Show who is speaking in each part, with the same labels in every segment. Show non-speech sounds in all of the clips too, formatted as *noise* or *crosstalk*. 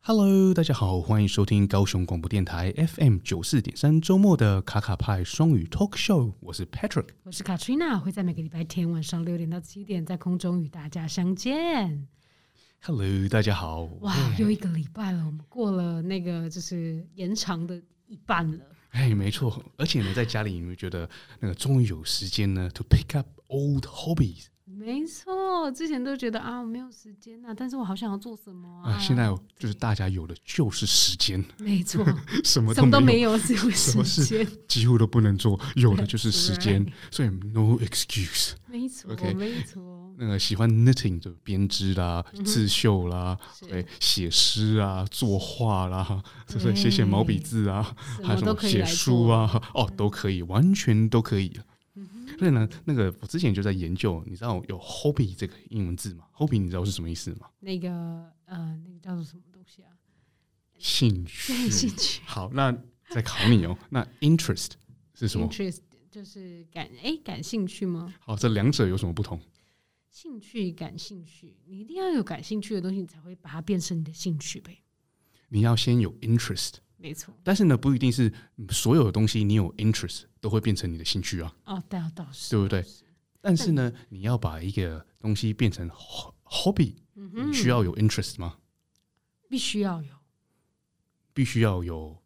Speaker 1: Hello，大家好，欢迎收听高雄广播电台 FM 九四点三周末的卡卡派双语 talk show，我是 Patrick。
Speaker 2: 我是 Katrina，会在每个礼拜天晚上六点到七点在空中与大家相见。
Speaker 1: Hello，大家好。
Speaker 2: 哇，又一个礼拜了，我们过了那个就是延长的一半了。
Speaker 1: 哎，没错，而且呢，在家里有没有觉得那个终于有时间呢？To pick up old hobbies
Speaker 2: 没错，之前都觉得啊我没有时间啊，但是我好想要做什么啊。
Speaker 1: 啊，现在就是大家有的就是时
Speaker 2: *laughs*
Speaker 1: 间，*laughs*
Speaker 2: 没错，
Speaker 1: 什么
Speaker 2: 什
Speaker 1: 都
Speaker 2: 么都
Speaker 1: 没
Speaker 2: 没有，只有
Speaker 1: 什么
Speaker 2: 时
Speaker 1: 事
Speaker 2: 间。
Speaker 1: 几乎都不能做，有的就是
Speaker 2: That's
Speaker 1: 时间
Speaker 2: *laughs* right，
Speaker 1: 所以 no excuse。
Speaker 2: 没错
Speaker 1: OK
Speaker 2: 没错，
Speaker 1: 那个喜欢 knitting 的编织啦、刺绣啦，
Speaker 2: 嗯是
Speaker 1: 对，写诗啊、作画啦，就是
Speaker 2: 对
Speaker 1: 写写毛笔字啊，
Speaker 2: 什
Speaker 1: 还有
Speaker 2: 么
Speaker 1: 什
Speaker 2: 都
Speaker 1: 么
Speaker 2: 可以
Speaker 1: 写
Speaker 2: 来
Speaker 1: 书
Speaker 2: 做。嗯
Speaker 1: 啊，哦，都可以，完全都可以。所以呢，那个我之前就在研究，你知道有 hobby 这个英文字吗？hobby 你知道是什么意思吗？
Speaker 2: 那个呃，那个叫做什么东西啊？
Speaker 1: 兴
Speaker 2: 对，兴
Speaker 1: 趣。
Speaker 2: 趣
Speaker 1: 好，那再考你
Speaker 2: *laughs*
Speaker 1: 哦，那 interest 是什么？
Speaker 2: interest 就是感哎感兴趣吗？
Speaker 1: 好，这两者有什么不同？
Speaker 2: 兴趣感兴趣，你一定要有感兴趣的东西，你才会把它变成你的兴趣呗。
Speaker 1: 你要先有 interest，
Speaker 2: 没错，
Speaker 1: 但是呢，不一定是所有的东西你有 interest 都会变成你的兴趣啊。
Speaker 2: 哦，倒倒是，
Speaker 1: 对不对
Speaker 2: 倒是？
Speaker 1: 但是呢，你要把一个东西变成 ho- hobby，
Speaker 2: 嗯哼
Speaker 1: 你需要有 interest 吗？
Speaker 2: 必须要有，
Speaker 1: 必须要有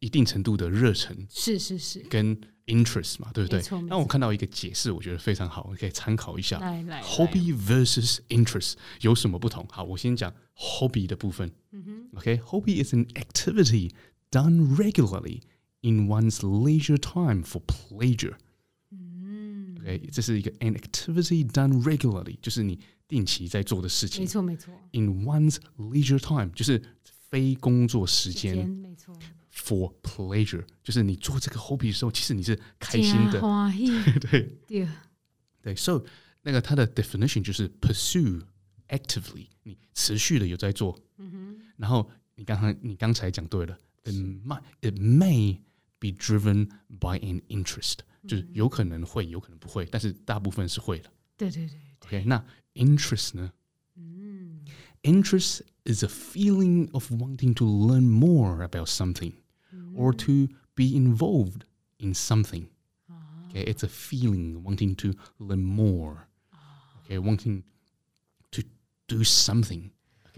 Speaker 1: 一定程度的热忱
Speaker 2: 是是是，
Speaker 1: 跟 interest 嘛，对不对
Speaker 2: 没错？没
Speaker 1: 那我
Speaker 2: 错
Speaker 1: 看到一个解释，我觉得非常好，可以参考一下。
Speaker 2: 来来
Speaker 1: Hobby versus interest 有什么不同？好，我先讲 hobby 的部分。OK，hobby is an activity done regularly in one's leisure time for pleasure。
Speaker 2: 嗯，
Speaker 1: OK，这是一个 an activity done regularly，就是你定期在做的事情
Speaker 2: 没。错没错，
Speaker 1: in one's leisure time，就是非工作时
Speaker 2: 时间
Speaker 1: 间
Speaker 2: 没错，
Speaker 1: for pleasure，就是你做这个 hobby 的时候，其实你是开心的，
Speaker 2: 花喜
Speaker 1: *laughs* 对
Speaker 2: 对，
Speaker 1: 对。So 那个它的 definition 就是 pursue actively，你持续的有在做。然后你刚才你刚才讲对了，it may it may be driven by an interest，就是有可能会，有可能不会，但是大部分是会的。
Speaker 2: 对对对，
Speaker 1: OK，那 interest 呢？
Speaker 2: 嗯，
Speaker 1: Interest is a feeling of wanting to learn more about something or to be involved in something. Okay, it's a feeling wanting to learn more. Okay, wanting to do something.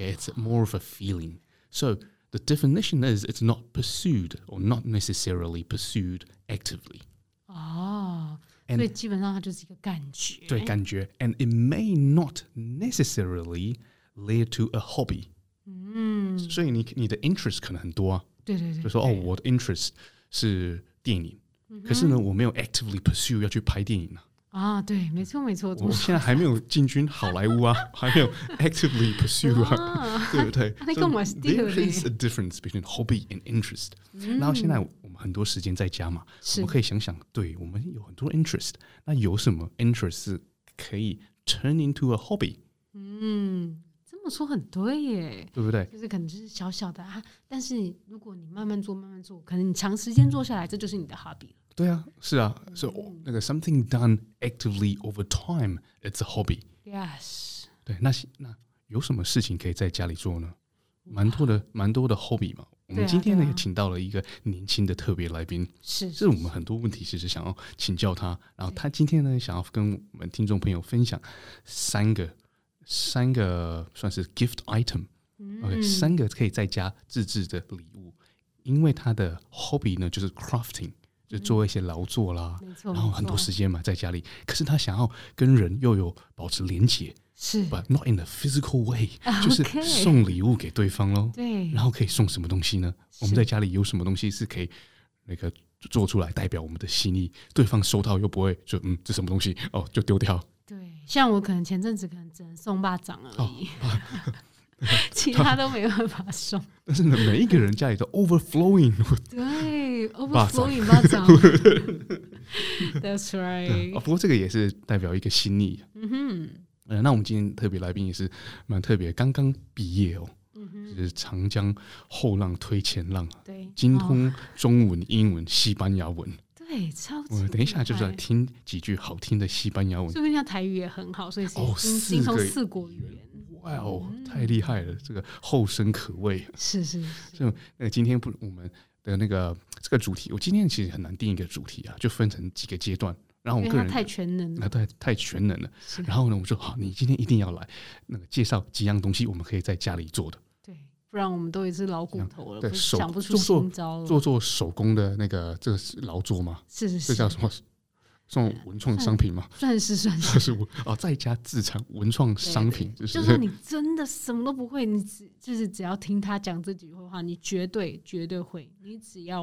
Speaker 1: Okay, it's more of a feeling. So the definition is it's not pursued or not necessarily pursued actively.
Speaker 2: 哦，
Speaker 1: And-
Speaker 2: 所以基本上它就是一个感觉，
Speaker 1: 对，感觉，and it may not necessarily lead to a hobby。嗯，所以你你的 interest 可能很多啊，
Speaker 2: 对对对，
Speaker 1: 就说哦，我的 interest 是电影，可是呢，我没有 actively pursue 要去拍电影啊，
Speaker 2: 啊，对，没错没错，怎
Speaker 1: 我
Speaker 2: 么？
Speaker 1: 现在还没有进军好莱坞啊，还没有 actively pursue 啊， *laughs* 对不对
Speaker 2: 那
Speaker 1: So
Speaker 2: 干嘛是电影
Speaker 1: There is a difference between hobby and interest。然后现在我们很多时间在家嘛，我
Speaker 2: 是
Speaker 1: 们可以想想，对我们有很多 interest，那有什么 interest 是可以 turn into a hobby，
Speaker 2: 嗯，这么说很对耶，
Speaker 1: 对不对？
Speaker 2: 就是可能就是小小的啊，但是你如果你慢慢做，慢慢做，可能你长时间做下来，这就是你的 hobby 了。
Speaker 1: 对啊，是啊，是、那个 something done actively over time it's a hobby。
Speaker 2: Yes，
Speaker 1: 对，那些那有什么事情可以在家里做呢？蛮多的，蛮多的 hobby 嘛。我
Speaker 2: 对
Speaker 1: 们
Speaker 2: 啊
Speaker 1: 今天呢
Speaker 2: 对啊
Speaker 1: 也请到了一个年轻的特别来宾，
Speaker 2: 是
Speaker 1: 是我们很多问题其实想要请教他，然后他今天呢想要跟我们听众朋友分享三个三个算是 gift item，OK，、OK，三
Speaker 2: 嗯
Speaker 1: 个可以在家自制的礼物，因为他的 hobby 呢就是 crafting，就做一些劳作啦，
Speaker 2: 嗯没错
Speaker 1: 然后很多
Speaker 2: 没错
Speaker 1: 时间嘛在家里，可是他想要跟人又有保持连结。
Speaker 2: 是，
Speaker 1: But not in a physical
Speaker 2: *laughs*
Speaker 1: way，、
Speaker 2: 啊
Speaker 1: 就是
Speaker 2: OK
Speaker 1: 送礼物给对方喽。
Speaker 2: 对
Speaker 1: 然后可以送什么东西呢？我们
Speaker 2: 是
Speaker 1: 在家里有什么东西是可以那个做出来代表我们的心意？对方收到又不会就嗯，这什么东西哦，就丢掉。
Speaker 2: 对，像我可能前阵子可能只能送巴掌而已，
Speaker 1: 哦
Speaker 2: 其他都没办法送。
Speaker 1: 但是呢，每一个人家里都 overflowing，
Speaker 2: 对， *laughs* 对
Speaker 1: 巴掌 *laughs*
Speaker 2: ，overflowing 巴掌。That's
Speaker 1: 对
Speaker 2: right
Speaker 1: 啊，。不过这个也是代表一个心意。
Speaker 2: 嗯哼，
Speaker 1: 呃，那我们今天特别来宾也是蛮特别，刚刚毕业哦，就是长江后浪推前浪啊，
Speaker 2: 嗯对，
Speaker 1: 精
Speaker 2: 哦
Speaker 1: 通中文、英文、西班牙文。
Speaker 2: 对，超级。
Speaker 1: 我等一下就是来
Speaker 2: 来，
Speaker 1: 听几句好听的西班牙文。
Speaker 2: 说不定他台语也很好，所以是
Speaker 1: 哦
Speaker 2: 精
Speaker 1: 四
Speaker 2: 精通
Speaker 1: 个
Speaker 2: 四国语言。
Speaker 1: 哇哦，
Speaker 2: 嗯
Speaker 1: 太厉害了，这个后生可畏。
Speaker 2: 是是是，
Speaker 1: 就那个今天不，我们的那个这个主题，我今天其实很难定一个主题啊，就分成几个阶段。然后
Speaker 2: 因
Speaker 1: 我
Speaker 2: 为
Speaker 1: 个
Speaker 2: 他
Speaker 1: 人
Speaker 2: 太全能
Speaker 1: 那
Speaker 2: 了。
Speaker 1: 太太全能了。
Speaker 2: 是，
Speaker 1: 然后呢，我说好，你今天一定要来，那个介绍几样东西我们可以在家里做的，
Speaker 2: 对，不然我们都已是老骨
Speaker 1: 样
Speaker 2: 头了，
Speaker 1: 对
Speaker 2: 不
Speaker 1: 手
Speaker 2: 想不出
Speaker 1: 做做
Speaker 2: 新招了。
Speaker 1: 做做手工的那个这是劳作吗？
Speaker 2: 是是
Speaker 1: 这
Speaker 2: 是，
Speaker 1: 叫什么？送文创商品
Speaker 2: *laughs*
Speaker 1: 吗？
Speaker 2: 算是算是。
Speaker 1: 就是我哦，在家自产文创商品，就
Speaker 2: 就是算你真的什么都不会，你只就是只要听他讲这几句话，你绝对绝对会。你只要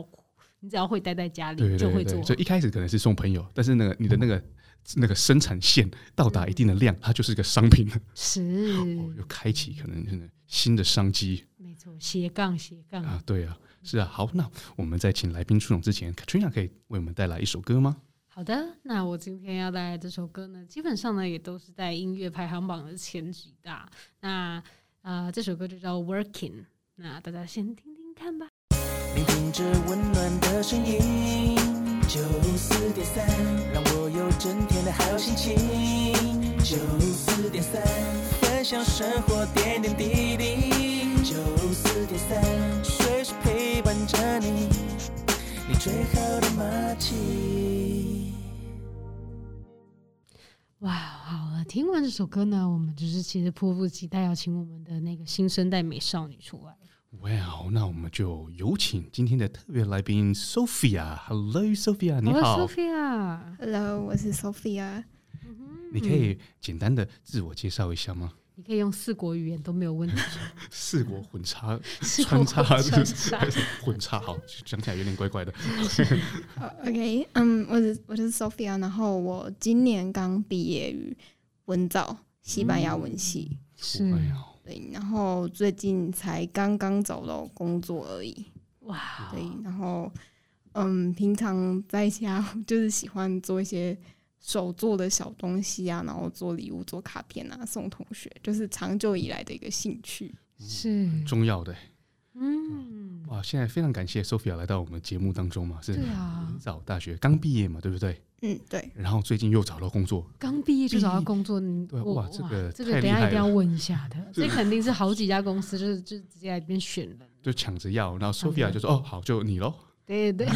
Speaker 2: 你只要会待在家里，
Speaker 1: 对
Speaker 2: 就
Speaker 1: 对
Speaker 2: 会做
Speaker 1: 对，。所以一开始可能是送朋友，但是那个你的那个那个生产线到达一定的量，它就是一个商品了，
Speaker 2: 是，
Speaker 1: *laughs* 哦，又开启可能可能新的商机
Speaker 2: 没错，斜杠斜杠。
Speaker 1: 啊，对啊，是啊，好，那我们在请来宾出场之前，Katrina 可以为我们带来一首歌吗？
Speaker 2: 好的，那我今天要带来这首歌呢，基本上呢也都是在音乐排行榜的前几大。那呃，这首歌就叫《Working》，那大家先听听看吧。
Speaker 3: 聆听着温暖的声音。九四点三，让我有整天的好心情。九四点三，分享生活点点滴滴。九四点三，随时陪伴着你，你最好的默契。
Speaker 2: 哇，好了，听完这首歌呢，我们就是其实迫不及待要请我们的那个新生代美少女出来。
Speaker 1: Well，那我们就有请今天的特别来宾 Sophia。Hello，Sophia，你
Speaker 2: Hello
Speaker 1: 好。
Speaker 2: ，Sophia。
Speaker 4: Hello，我是 Sophia。
Speaker 1: 你可
Speaker 2: 嗯
Speaker 1: 以简单的自我介绍一下吗？
Speaker 2: 你可以用四国语言都没
Speaker 1: *laughs*
Speaker 2: 有问题。
Speaker 1: 四国混插
Speaker 2: 四国
Speaker 1: 穿插，
Speaker 2: 穿插
Speaker 1: *laughs* 混插，好，讲起来有点怪怪的。
Speaker 4: 哦 OK，嗯、我是我是 Sophia，然后我今年刚毕业于文藻西班牙文系，
Speaker 2: 是
Speaker 1: 哎呀，
Speaker 4: 对，然后最近才刚刚找到工作而已，
Speaker 2: 哇，
Speaker 4: 对，然后嗯，平常在家就是喜欢做一些手做的小东西啊，然后做礼物、做卡片啊，送同学，就是长久以来的一个兴趣。
Speaker 2: 是，
Speaker 1: 重要的
Speaker 2: 嗯，
Speaker 1: 哇！现在非常感谢 Sophia 来到我们节目当中嘛，是
Speaker 2: 对啊，
Speaker 1: 早大学刚毕业嘛，对不对？
Speaker 4: 嗯，对，
Speaker 1: 然后最近又找到工作，
Speaker 2: 刚毕业就找到工作，你
Speaker 1: 对
Speaker 2: 我
Speaker 1: 哇这个
Speaker 2: 这个
Speaker 1: 太
Speaker 2: 等
Speaker 1: 厉
Speaker 2: 一下
Speaker 1: 害
Speaker 2: 一定要
Speaker 1: 了
Speaker 2: 问一下
Speaker 1: *laughs*
Speaker 2: 的，这肯定是好几家公司就是就直接来这边选人，
Speaker 1: 就抢着要，然后 Sophia 就说：“哦，好，就你喽。
Speaker 2: 对对，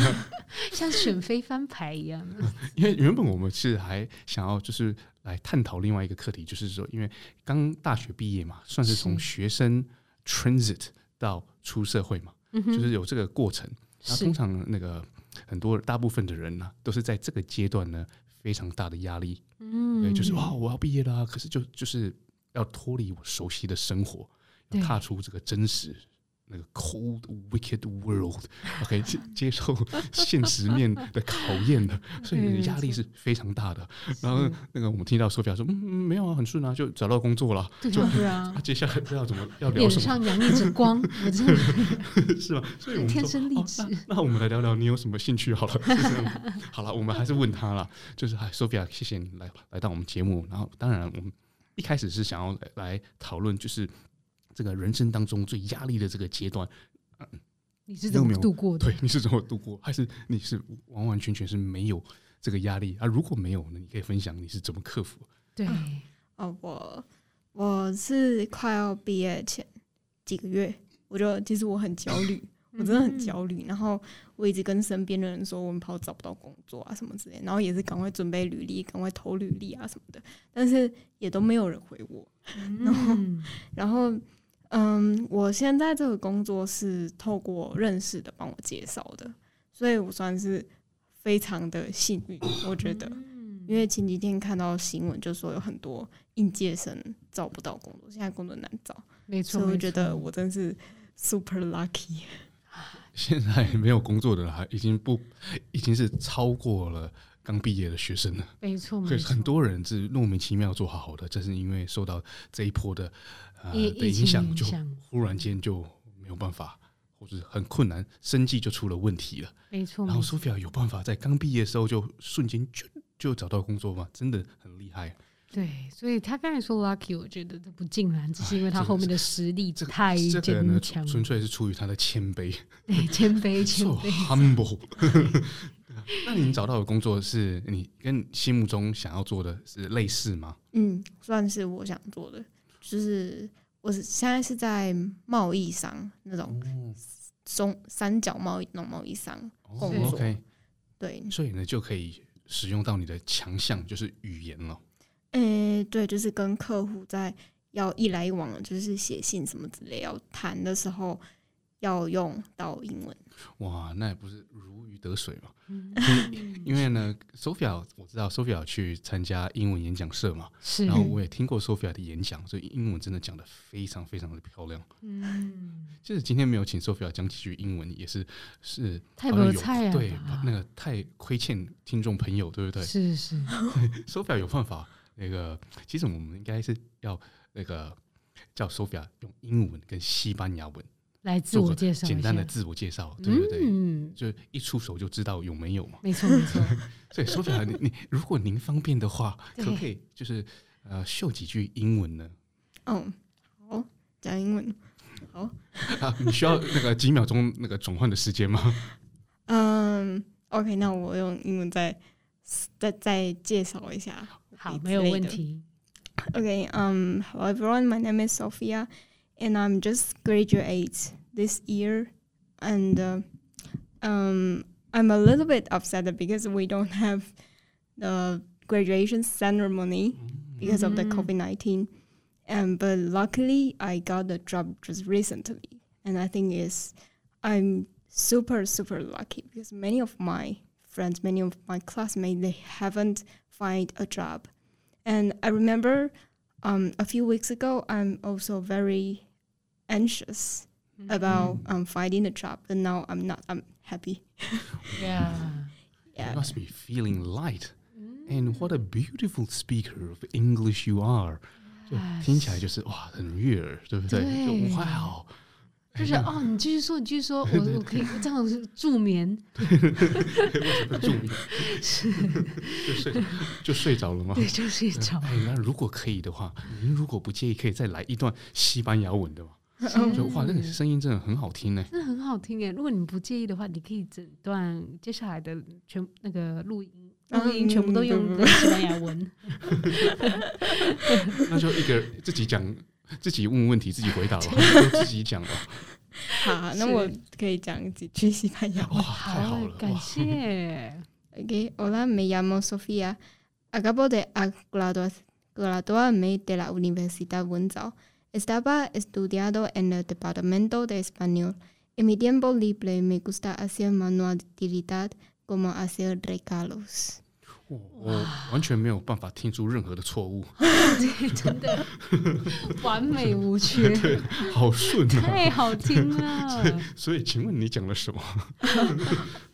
Speaker 2: 像选妃翻牌一样，”
Speaker 1: *laughs* 因为原本我们是还想要就是来探讨另外一个课题，就是说，因为刚大学毕业嘛，算是从
Speaker 2: 是
Speaker 1: 学生 transit 到出社会嘛，
Speaker 2: 嗯
Speaker 1: 就
Speaker 2: 哼，
Speaker 1: 是有这个过程。那
Speaker 2: 是
Speaker 1: 通常那个很多大部分的人呢、都是在这个阶段呢非常大的压力，
Speaker 2: 嗯
Speaker 1: 对，就是哇，我要毕业啦，可是就就是要脱离我熟悉的生活，要
Speaker 2: 对
Speaker 1: 踏出这个真实那个 cold wicked
Speaker 2: *laughs*
Speaker 1: world，OK，、接接受现实面的考验
Speaker 2: *laughs*
Speaker 1: 的，所
Speaker 2: 对
Speaker 1: 以
Speaker 2: 没
Speaker 1: 压力
Speaker 2: 错
Speaker 1: 是非非常大的。然后那个我们听到 Sophia 说，嗯，嗯没有啊，很顺啊，就找到工作了，
Speaker 2: 对
Speaker 1: 就。
Speaker 2: 啊
Speaker 1: 啊，，接下来不知道怎么要 *laughs* 聊
Speaker 2: 脸
Speaker 1: 什么，
Speaker 2: 上洋溢着
Speaker 1: *laughs*
Speaker 2: 光，我真的
Speaker 1: 是吧？所以我们
Speaker 2: 天
Speaker 1: 说
Speaker 2: 生丽
Speaker 1: 哦
Speaker 2: 质
Speaker 1: *laughs* 那。那我们来聊聊你有什么兴趣好了。 *laughs* 是这样吗好了，我们还是问他了。就是，哎，Sophia，谢谢你来来到我们节目。然后，当然，我们一开始是想要来来讨论，就是这个人生当中最压力的这个阶段，
Speaker 2: 你是怎么度过的
Speaker 1: 对？你是怎么度过，还是你是完完全全是没有这个压力啊？如果没有呢，你可以分享你是怎么克服。 *laughs*
Speaker 2: 对，
Speaker 4: 哦，我我是快要毕业前几个月，我就其实我很焦虑，我真的很焦虑。然后我一直跟身边的人说，我们怕我找不到工作啊什么之类，然后也是赶快准备履历，赶快投履历啊什么的，但是也都没有人回我。然后 *laughs*
Speaker 2: 嗯，
Speaker 4: 然后，嗯，我现在这个工作是透过认识的帮我介绍的，所以我算是非常的幸运，我觉得。
Speaker 2: 嗯
Speaker 4: 因为前几天看到新闻，就说有很多应届生找不到工作，现在工作难找，
Speaker 2: 没错，
Speaker 4: 所以我
Speaker 2: 没
Speaker 4: 觉
Speaker 2: 错
Speaker 4: 得我真是 super lucky。
Speaker 1: 现在没有工作的啦，已经不已经是超过了刚毕业的学生了。
Speaker 2: 没错，没
Speaker 1: 可是
Speaker 2: 错
Speaker 1: 很多人是莫名其妙做好好的，正是因为受到这一波的呃
Speaker 2: 疫
Speaker 1: 的
Speaker 2: 疫情
Speaker 1: 响，
Speaker 2: 影
Speaker 1: 就
Speaker 2: 响
Speaker 1: 忽然间就没有办法，或是很困难，生计就出了问题了。
Speaker 2: 没错。
Speaker 1: 然后
Speaker 2: 没错
Speaker 1: Sophia 有办法在刚毕业的时候就瞬间就就找到工作吗？真的很厉害，
Speaker 2: 对，所以他刚才说 lucky，我觉得这不尽然，只是因为他
Speaker 1: 哎这个
Speaker 2: 后面的实力
Speaker 1: 这个
Speaker 2: 太
Speaker 1: 这个人呢，
Speaker 2: 坚强，
Speaker 1: 纯粹是出于他的谦卑
Speaker 2: 对，
Speaker 1: *laughs*
Speaker 2: 谦卑谦
Speaker 1: ，so
Speaker 2: 卑。
Speaker 1: humble。那你找到的工作是你跟心目中想要做的是类似吗？
Speaker 4: 嗯，算是我想做的，就是我是现在是在贸易商那种
Speaker 2: 嗯
Speaker 4: 中三角贸易那种贸易商
Speaker 1: 哦
Speaker 4: 工作，
Speaker 1: ，OK，
Speaker 4: 对，
Speaker 1: 所以呢就可以使用到你的强项，就是语言了。
Speaker 4: 诶、对，就是跟客户在要一来一往，就是写信什么之类要谈的时候，要用到英文。
Speaker 1: 哇，那也不是如鱼得水嘛。
Speaker 2: *laughs* 嗯
Speaker 1: 所以因为呢，Sophia 我知道 Sophia 有去参加英文演讲社嘛，
Speaker 2: 是
Speaker 1: 然，后我也听过 Sophia 的演讲，所以英文真的讲得非常非常的漂亮。
Speaker 2: 嗯， *laughs*
Speaker 1: 就是今天没有请 Sophia 讲几句英文，也是是
Speaker 2: 太
Speaker 1: 好像
Speaker 2: 不
Speaker 1: 有
Speaker 2: 菜啊了吧，
Speaker 1: 对那个太亏欠听众朋友，对不对
Speaker 2: 是是，
Speaker 1: ？Sophia 有办法，那个其实我们应该是要那个叫 Sophia 用英文跟西班牙文
Speaker 2: 来自
Speaker 1: 做
Speaker 2: 我
Speaker 1: 个
Speaker 2: 介绍一下，
Speaker 1: 简单的自我介绍，对不对？
Speaker 2: 嗯，
Speaker 1: 就一出手就知道有没有嘛。
Speaker 2: 没错没
Speaker 1: *laughs*
Speaker 2: 错，
Speaker 1: 所以 Sophia，你 *laughs* 你如果您方便的话，可
Speaker 2: 对
Speaker 1: 不可以就是呃秀几句英文呢？ *laughs*
Speaker 4: 嗯，好，讲英文。
Speaker 1: 啊，你需要那个几秒钟那个转换的时间吗？
Speaker 4: 嗯，OK，那我用英文再再再介绍一下。
Speaker 2: 好，没有
Speaker 1: *laughs*
Speaker 2: 问题。
Speaker 4: Okay, um, hello everyone. My name is Sophia, and I'm just graduate this year, and uh, um, I'm a little bit upset because we don't have the graduation ceremony because of the COVID nineteen. Um, but luckily, I got the job just recently, and I think is I'm super super lucky because many of my friends, many of my classmates, they haven't find a job. And I remember um, a few weeks ago, I'm also very anxious
Speaker 1: Mm-hmm.
Speaker 4: about um, finding a job, but now I'm not. I'm happy.
Speaker 2: *laughs* Yeah,
Speaker 1: *laughs*
Speaker 2: 嗯
Speaker 1: You must be feeling light. And what a beautiful speaker of English you are！就
Speaker 2: 哎
Speaker 1: 听起来就是哇，很悦耳，对不对？
Speaker 2: 对
Speaker 1: 就哇哦，
Speaker 2: *laughs* 就是哦，你继续说，你继续
Speaker 1: *laughs*
Speaker 2: 说，我我可以这样子助眠，
Speaker 1: 助眠就睡就睡着了吗？
Speaker 2: *laughs* 对，就是一种
Speaker 1: 哎，那如果可以的话，您如果不介意，可以再来一段西班牙文的嘛？
Speaker 2: 嗯
Speaker 1: 就哇，那个声音真的很好
Speaker 2: *laughs*
Speaker 1: 听呢。
Speaker 2: 真的很好听耶。如果你不介意的话，你可以整段接下来的全那个录音录
Speaker 1: 嗯
Speaker 2: 音全部都用的西班牙文。
Speaker 1: 那就一个自己讲，自己问问题，自己回答吧，
Speaker 2: *laughs*
Speaker 1: 都自己讲吧。 *laughs* 哇，太好
Speaker 2: 好，
Speaker 1: 了！
Speaker 2: 哎感
Speaker 1: 哇，
Speaker 2: 谢。 *laughs*
Speaker 4: Okay, hola, me llamo Sofía. Acabo de a- gradua- graduarme de la Universidad Wenzhou. Estaba estudiando en el departamento de español. En mi tiempo libre me gusta hacer manualidad como hacer regalos.
Speaker 1: 我我完全没有办法听出任何的错
Speaker 2: *laughs*
Speaker 1: 误。
Speaker 2: 真的完美
Speaker 1: *laughs*
Speaker 2: 无缺，
Speaker 1: 好顺啊！
Speaker 2: 太好听了。
Speaker 1: 所以，请问你讲了什么？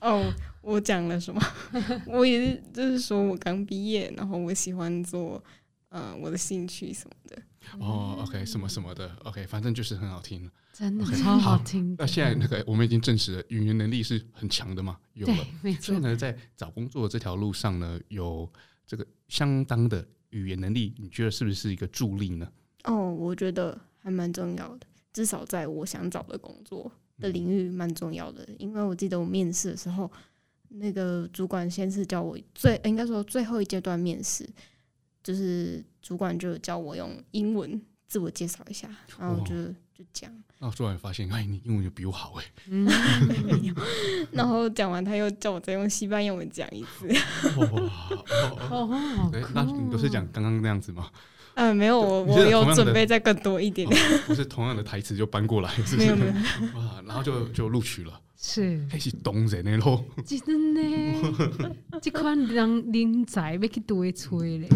Speaker 4: 哦，我讲了什么？ *laughs* 我也是，就是说我刚毕业，然后我喜欢做，呃，我的兴趣什么的。
Speaker 2: 嗯
Speaker 1: 哦，OK，什么什么的，OK，反正就是很好听。
Speaker 2: 真的超好听的
Speaker 1: 那现在那个我们已经证实了，语言能力是很强的嘛，有
Speaker 2: 嗯对
Speaker 1: 了。，
Speaker 2: 没
Speaker 1: 所以
Speaker 2: 错，
Speaker 1: 呢，在找工作的这条路上呢，有这个相当的语言能力，你觉得是不是一个助力呢？
Speaker 4: 哦，我觉得还蛮重要的，至少在我想找的工作的
Speaker 1: 嗯
Speaker 4: 领域蛮重要的。因为我记得我面试的时候，那个主管先是叫我最，呃应该说最后一阶段面试，就是主管就叫我用英文自我介绍一下，然后
Speaker 1: 哦
Speaker 4: 就就讲。
Speaker 1: 那我突然发现，哎，你英文就比我好哎、
Speaker 2: 嗯，
Speaker 1: *laughs*
Speaker 4: 然后讲完，他又叫我再用西班牙文讲一次。
Speaker 1: 哇哦哦，
Speaker 2: 哦，好
Speaker 1: 哎
Speaker 2: 酷
Speaker 1: 那你都是讲刚刚那样子
Speaker 2: *laughs*
Speaker 1: 吗？
Speaker 4: 嗯，没有，我
Speaker 1: 你是
Speaker 4: 我
Speaker 1: 同样
Speaker 4: 有
Speaker 1: 的
Speaker 4: 准备再更多一点点。
Speaker 1: 哦不是同样的台词就搬过来，是不
Speaker 4: 没
Speaker 1: 是
Speaker 4: 有？没有，
Speaker 1: 哇，然后就就录取了，
Speaker 2: 是
Speaker 1: 开始懂人的咯。
Speaker 2: 真的呢，这款人人才要去多吹嘞，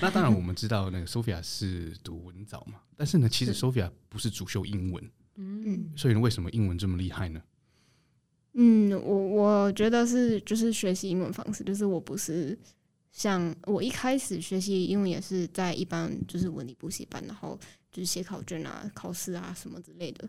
Speaker 1: 那当然，我们知道那个 Sophia 是读文藻嘛，但是呢，其实 Sophia 不是主修英文，
Speaker 2: 嗯，
Speaker 1: 所以呢，为什么英文这么厉害呢？
Speaker 4: 嗯，我我觉得是就是学习英文方式，就是我不是像我一开始学习英文也是在一般就是文理补习班，然后就是写考卷啊、考试啊什么之类的。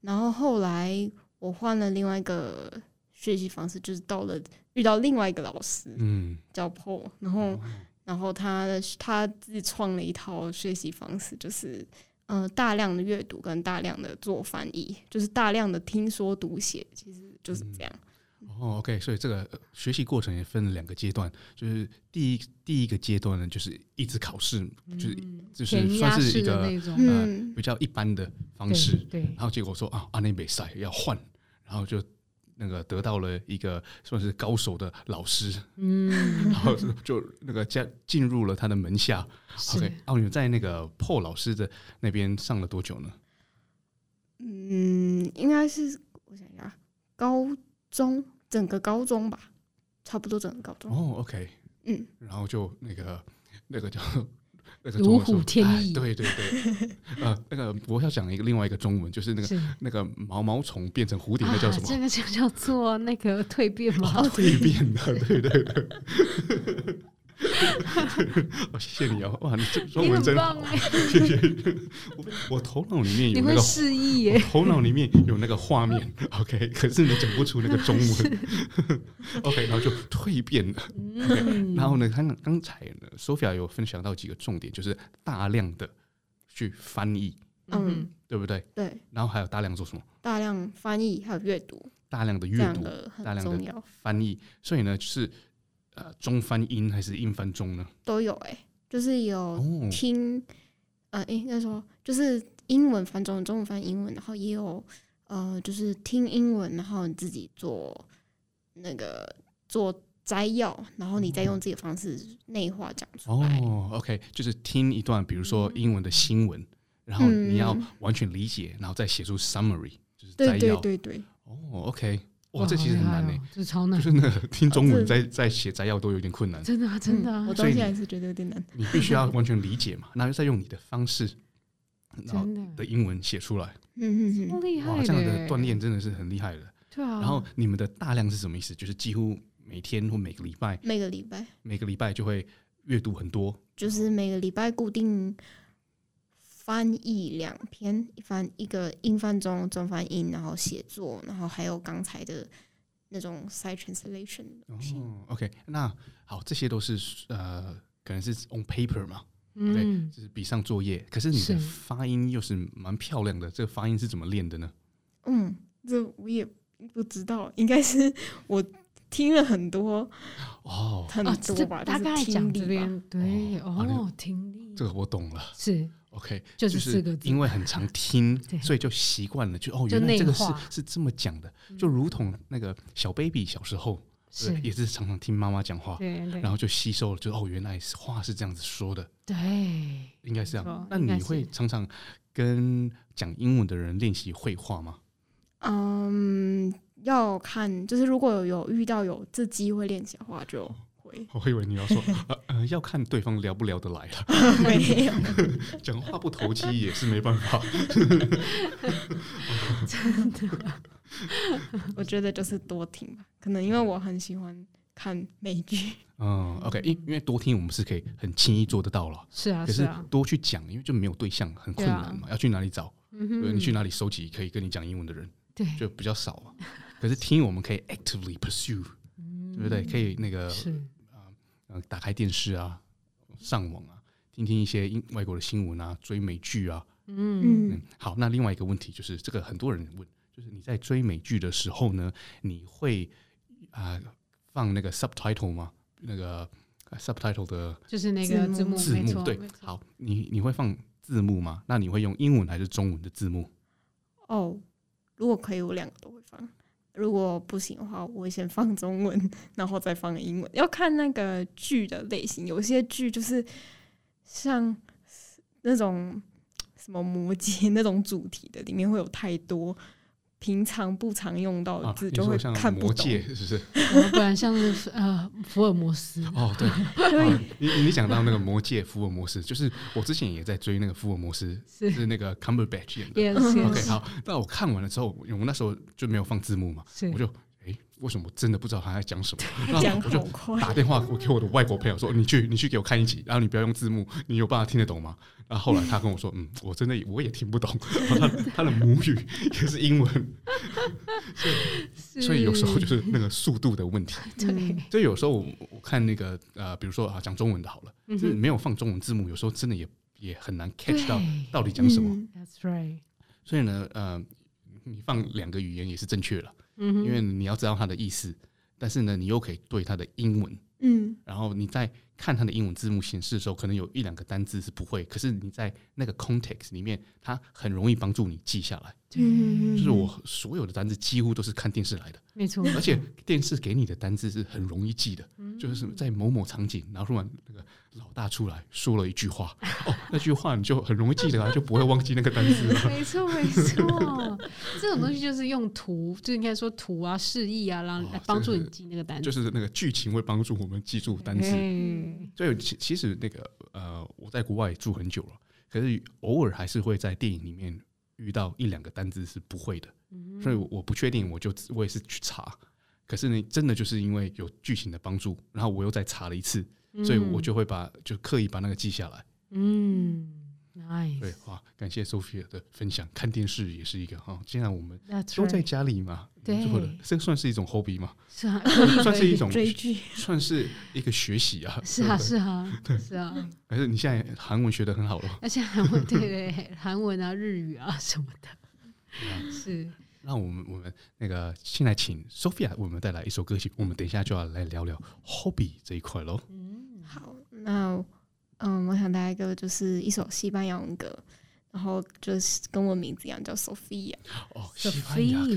Speaker 4: 然后后来我换了另外一个学习方式，就是到了遇到另外一个老师
Speaker 1: 嗯，
Speaker 4: 叫 Paul，然
Speaker 1: 哦
Speaker 4: 后然后他的他自创了一套学习方式，就是呃大量的阅读跟大量的做翻译，就是大量的听说读写，其实就是这样。
Speaker 1: 哦，OK，所以这个呃学习过程也分了两个阶段，就是第一第一个阶段呢，就是一直考试，就是就是
Speaker 2: 嗯填鸭
Speaker 1: 算是
Speaker 2: 式
Speaker 1: 一
Speaker 2: 的
Speaker 1: 个
Speaker 2: 那种，
Speaker 1: 呃
Speaker 4: 嗯
Speaker 1: 比较一般的方
Speaker 2: 对
Speaker 1: 式，
Speaker 2: 对
Speaker 1: 然，后结果说啊，阿内比赛要换，然后就那个得到了一个算是高手的老师， *laughs*
Speaker 2: 嗯，
Speaker 1: 然后就就那个加进入了他的门下。
Speaker 2: 是
Speaker 1: OK，哦，你在那个 Paul 老师的那边上了多久呢？
Speaker 4: 嗯，应该是我想一下，高中整个高中吧，差不多整个高中。
Speaker 1: 哦，OK，
Speaker 4: 嗯，
Speaker 1: 然后就那个那个叫那个
Speaker 2: 如
Speaker 1: 中文
Speaker 2: 虎
Speaker 1: 说
Speaker 2: 添
Speaker 1: 哎
Speaker 2: 翼
Speaker 1: 对对对，
Speaker 2: *laughs*
Speaker 1: 呃，那个我要讲一个另外一个中文，就是那个
Speaker 2: 是
Speaker 1: 那个毛毛虫变成蝴蝶，
Speaker 2: 啊
Speaker 1: 那叫什，
Speaker 2: 这
Speaker 1: 么？啊
Speaker 2: 个就叫做那个蜕变嘛，
Speaker 1: 蜕变的，对对对。 *laughs* 哦，谢谢你哦，哇，你这中
Speaker 2: 你
Speaker 1: 文
Speaker 2: 很
Speaker 1: 真
Speaker 2: 棒
Speaker 1: 好，
Speaker 2: 哎，
Speaker 1: 谢谢。我我头脑里面有
Speaker 2: *laughs* 你
Speaker 1: 那
Speaker 2: 会
Speaker 1: 个
Speaker 2: 示意
Speaker 1: 我
Speaker 2: 耶，
Speaker 1: 头脑里面有那个画面，OK，可是你讲不出那个中文，OK，然后就蜕变了。
Speaker 2: 嗯，
Speaker 1: 然后呢，刚刚才呢，Sophia 有分享到几个重点，就是大量的去翻译，
Speaker 2: 嗯，
Speaker 1: 对不对？
Speaker 4: 对，
Speaker 1: 然后还有大量做什么？
Speaker 4: 大量翻译还有阅读，
Speaker 1: 大量的
Speaker 4: 这
Speaker 1: 阅
Speaker 4: 两
Speaker 1: 读，
Speaker 4: 个
Speaker 1: 大
Speaker 4: 很
Speaker 1: 量
Speaker 4: 重
Speaker 1: 的
Speaker 4: 要，
Speaker 1: 翻译。所以呢，就是呃，中翻英还是英翻中呢？
Speaker 4: 都有哎、就是有
Speaker 1: 哦
Speaker 4: 听，呃，应该说就是英文翻中文，中文翻英文，然后也有呃，就是听英文，然后你自己做那个做摘要，然后你再用自己的方式内化讲出来。
Speaker 1: 嗯哦，OK，就是听一段，比如说英文的新闻，然后你要
Speaker 4: 嗯
Speaker 1: 完全理解，然后再写出 summary，就是摘
Speaker 4: 对对
Speaker 1: 要。
Speaker 4: 对对，嗯
Speaker 1: 哦，OK，哇，这其实很难呢。
Speaker 2: 呢，哦哎这超难
Speaker 1: 就，是那个听中文
Speaker 4: 这
Speaker 1: 在在写摘要都有点困
Speaker 2: *laughs*
Speaker 1: 难，
Speaker 2: 真的啊真的啊
Speaker 4: 我，到
Speaker 1: 所以
Speaker 4: 现在
Speaker 1: 你
Speaker 4: 还是觉得有点难。
Speaker 1: 你必须要完全理解嘛，然后再用你的方式，然后
Speaker 2: 真的
Speaker 1: 的英文写出来，
Speaker 4: 嗯嗯
Speaker 2: 超
Speaker 4: 嗯，
Speaker 2: 厉害
Speaker 1: 哇，
Speaker 2: 的
Speaker 1: 这样的
Speaker 2: 耶
Speaker 1: 锻，炼真的是很厉害的。
Speaker 2: 对啊，
Speaker 1: 然后你们的大量是什么意思？就是几乎每天或每个礼拜，
Speaker 4: 每个礼拜
Speaker 1: 每个礼拜就会阅读很多，
Speaker 4: 就是每个礼拜固定翻译两篇，一翻一个英翻中，中翻英，然后写作，然后还有刚才的那种 side translation 的东西。
Speaker 1: 哦，OK，那好，这些都是呃，可能是 on paper 嘛，对，
Speaker 2: 嗯，
Speaker 1: 就是笔上作业。可是你的
Speaker 2: 是
Speaker 1: 发音又是蛮漂亮的，这个发音是怎么练的呢？
Speaker 4: 嗯，这我也不知道，应该是我听了很多
Speaker 1: 哦，
Speaker 4: 很
Speaker 2: 啊，
Speaker 4: 多吧，
Speaker 2: 大
Speaker 4: 就是
Speaker 2: 概讲
Speaker 4: 听力
Speaker 2: 这
Speaker 4: 吧。
Speaker 2: 边，对，
Speaker 1: 哦啊
Speaker 2: 哦，听力
Speaker 1: 这个我懂了。
Speaker 2: 是
Speaker 1: OK，
Speaker 2: 就是是四个字
Speaker 1: 因为很常听
Speaker 2: *laughs* 对，
Speaker 1: 所以就习惯了，就哦，
Speaker 2: 就
Speaker 1: 原来这个
Speaker 2: 内
Speaker 1: 是
Speaker 2: 化嗯
Speaker 1: 是这么讲的，就如同那个小 baby 小时候，
Speaker 2: 是
Speaker 1: 对，也是常常听妈妈讲话，
Speaker 2: 对对
Speaker 1: 然后就吸收了，就哦，原来是话是这样子说的，
Speaker 2: 对，
Speaker 1: 应该是这
Speaker 2: 没
Speaker 1: 样
Speaker 2: 错。
Speaker 1: 那
Speaker 2: 应该
Speaker 1: 你
Speaker 2: 是
Speaker 1: 会常常跟讲英文的人练习绘画吗？
Speaker 4: 嗯，要看，就是如果有有遇到有这机会练习的话，就
Speaker 1: *laughs*
Speaker 4: 会
Speaker 1: *laughs* 我以为你要说，呃呃，要看对方聊不聊得来 *laughs* 了，
Speaker 4: 没有。
Speaker 1: 讲话不投机也是没办法。
Speaker 4: 我觉得就是多听吧，可能因为我很喜欢看美剧，
Speaker 1: *laughs* 嗯，OK，因因为多听我们是可以很轻易做得到了。
Speaker 2: 是啊
Speaker 1: 可
Speaker 2: 是
Speaker 1: 是
Speaker 2: 啊，
Speaker 1: 多去讲，因为就没有对象，很困难嘛。要去哪里找？
Speaker 2: 嗯
Speaker 1: 对，啊
Speaker 2: 哼，
Speaker 1: 你去哪里收集可以跟你讲英文的人
Speaker 2: 对，
Speaker 1: 就比较少
Speaker 2: *laughs*
Speaker 1: 啊。可是听我们可以 actively pursue，对不对？可以那个
Speaker 2: 嗯是
Speaker 1: 呃打开电视啊，上网啊，听听一些英外国的新闻啊，追美剧啊。
Speaker 2: 嗯
Speaker 4: 嗯
Speaker 1: 嗯，好，那另外一个问题就是，这个很多人问，就是你在追美剧的时候呢，你会啊、放那个 subtitle 吗？那个呃 subtitle 的
Speaker 2: 就是那个字
Speaker 4: 字幕
Speaker 2: 幕，
Speaker 1: 字
Speaker 2: 嗯没
Speaker 1: 幕
Speaker 2: 错，
Speaker 1: 对
Speaker 2: 没，错，
Speaker 1: 好，你你会放字幕吗？那你会用英文还是中文的字幕？
Speaker 4: 哦，如果可以，我两个都会放；如果不行的话，我会先放中文， *laughs* 然后再放英文。要看那个剧的类型，有些剧就是像那种什么魔戒那种主题的，里面会有太多平常不常用到
Speaker 2: 哦
Speaker 4: 的
Speaker 1: 啊，
Speaker 4: 字，
Speaker 1: 你
Speaker 4: 就
Speaker 1: 说
Speaker 4: 会
Speaker 1: 像
Speaker 4: 看不
Speaker 1: 魔
Speaker 4: 懂
Speaker 1: 戒。是不是？
Speaker 2: 然后不然像是呃福尔摩斯，
Speaker 1: 哦，
Speaker 2: *laughs*
Speaker 1: 对，啊你你讲到那个魔戒福尔摩斯，就是我之前也在追那个福尔摩斯，
Speaker 2: 是
Speaker 1: 是那个 *laughs* Cumberbatch 演的。
Speaker 2: *laughs* yes
Speaker 1: OK，
Speaker 2: yes，
Speaker 1: 好，那我看完了之后，我那时候就没有放字幕嘛，
Speaker 2: 是
Speaker 1: 我就哎、诶，为什么我真的不知道他在讲什么？ *laughs* 然
Speaker 4: 讲
Speaker 1: 后我就
Speaker 4: 好快
Speaker 1: 打电话我给我的外国朋友说：“你去，你去给我看一集，然后你不要用字幕，你有办法听得懂吗？”然后后来他跟我说：“嗯，我真的我也听不懂， *laughs* 然后他他的母语也是英文，所以有时候就是那个速度的问题。
Speaker 2: 对，
Speaker 1: 就有时候我我看那个呃，比如说啊讲中文的好了，就是没有放中文字幕，有时候真的也也很难 catch 到
Speaker 2: 嗯对嗯
Speaker 1: 到底讲什么。
Speaker 2: That's right，
Speaker 1: 所以呢，呃，你放两个语言也是正确了，
Speaker 2: 嗯哼
Speaker 1: 因为你要知道它的意思，但是呢，你又可以对它的英文，
Speaker 4: 嗯，
Speaker 1: 然后你在看它的英文字幕显示的时候，可能有一两个单字是不会，可是你在那个 context 里面，它很容易帮助你记下来。
Speaker 4: 嗯
Speaker 1: 就是我所有的单字几乎都是看电视来的，
Speaker 2: 没错，
Speaker 1: 而且电视给你的单字是很容易记的，
Speaker 2: 嗯
Speaker 1: 就是在某某场景，然后突然那个老大出来说了一句话， *laughs* 哦，那句话你就很容易记得啊，就不会忘记那个单字
Speaker 2: *laughs*
Speaker 1: 了。
Speaker 2: 没错，没 *laughs* 错，这种东西就是用图，就应该说图啊、示意啊，让
Speaker 1: 哦
Speaker 2: 来帮助
Speaker 1: 这
Speaker 2: 你
Speaker 1: 是
Speaker 2: 记那个单词。
Speaker 1: 就是那个剧情会帮助我们记住单词。
Speaker 2: 嗯
Speaker 1: 所以其其实那个呃，我在国外住很久了，可是偶尔还是会在电影里面遇到一两个单字是不会的，
Speaker 2: 嗯
Speaker 1: 所以我我不确定，我就我也是去查。可是呢，真的就是因为有剧情的帮助，然后我又再查了一次，所以我就会把就刻意把那个记下来。
Speaker 2: 嗯
Speaker 1: 对
Speaker 2: ，nice，that's
Speaker 1: 哇，感谢 Sophia 的分享，看电视也是一个哈，既然我们都在
Speaker 2: right，
Speaker 1: 家里嘛，
Speaker 2: 对
Speaker 1: 或者这算是一种 hobby 嘛，
Speaker 2: 是啊，可
Speaker 1: *laughs*
Speaker 2: 以
Speaker 1: 算是一种
Speaker 4: 追剧
Speaker 1: 算是一个学习啊，
Speaker 2: *laughs* 是
Speaker 1: 对
Speaker 2: 啊，
Speaker 1: 不对
Speaker 2: 是啊，是啊，
Speaker 1: 可是你现在韩文学的很好了，
Speaker 2: 而且韩
Speaker 1: *laughs*
Speaker 2: 文，对对，对韩文啊、日语啊什么的，是
Speaker 1: 那我们我们那个现在请 Sophia 我们带来一首歌曲，我们等一下就要来聊聊 hobby 这一块喽。
Speaker 4: 好，那嗯，我想大家一个就是一首西班牙文歌，然后就是跟我名字一样叫 Sophia。
Speaker 1: 哦，西班牙歌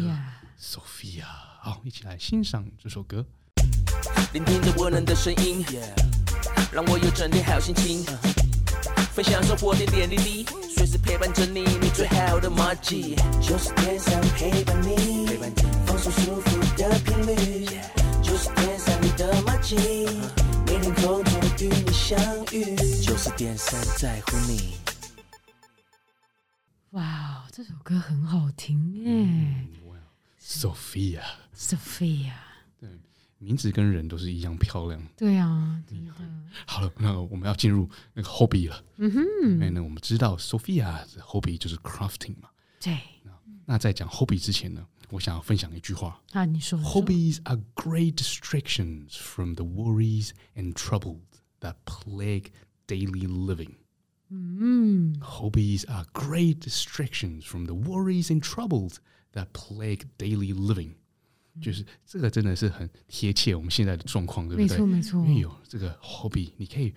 Speaker 1: ，Sophia，
Speaker 2: Sophia。
Speaker 1: 好，一起来欣赏这首歌。
Speaker 3: 聆听着温暖的声音，让我有整天好心情。分享生活点点滴滴，随时陪伴着你，你最好的默契。就是天上陪伴你，陪伴你放松舒服的频率，就是天上你的默契。每天空中与你相遇，就是点上在乎你。
Speaker 2: 哇，哦这首歌很好听
Speaker 1: 嗯
Speaker 2: 耶、
Speaker 1: Sophia，
Speaker 2: s o p h i a
Speaker 1: 名字跟人都是一样漂亮。
Speaker 2: 对啊，真
Speaker 1: 嗯
Speaker 2: 的，
Speaker 1: 好了，那我们要进入那个 hobby 了。嗯哼，因为呢，我们知道 Sophia 的 hobby 就是 crafting 嘛。
Speaker 2: 对
Speaker 1: 那在讲 hobby 之前呢，我想要分享一句话
Speaker 2: 啊，你说
Speaker 1: ：Hobbies are great distractions from the worries and troubles that plague daily living.
Speaker 2: 嗯，
Speaker 1: Hobbies are great distractions from the worries and troubles that plague daily living。就是这个真的是很贴切我们现在的状况，对
Speaker 2: 没
Speaker 1: 不对？
Speaker 2: 错没错
Speaker 1: 因，为有这个 hobby，你可以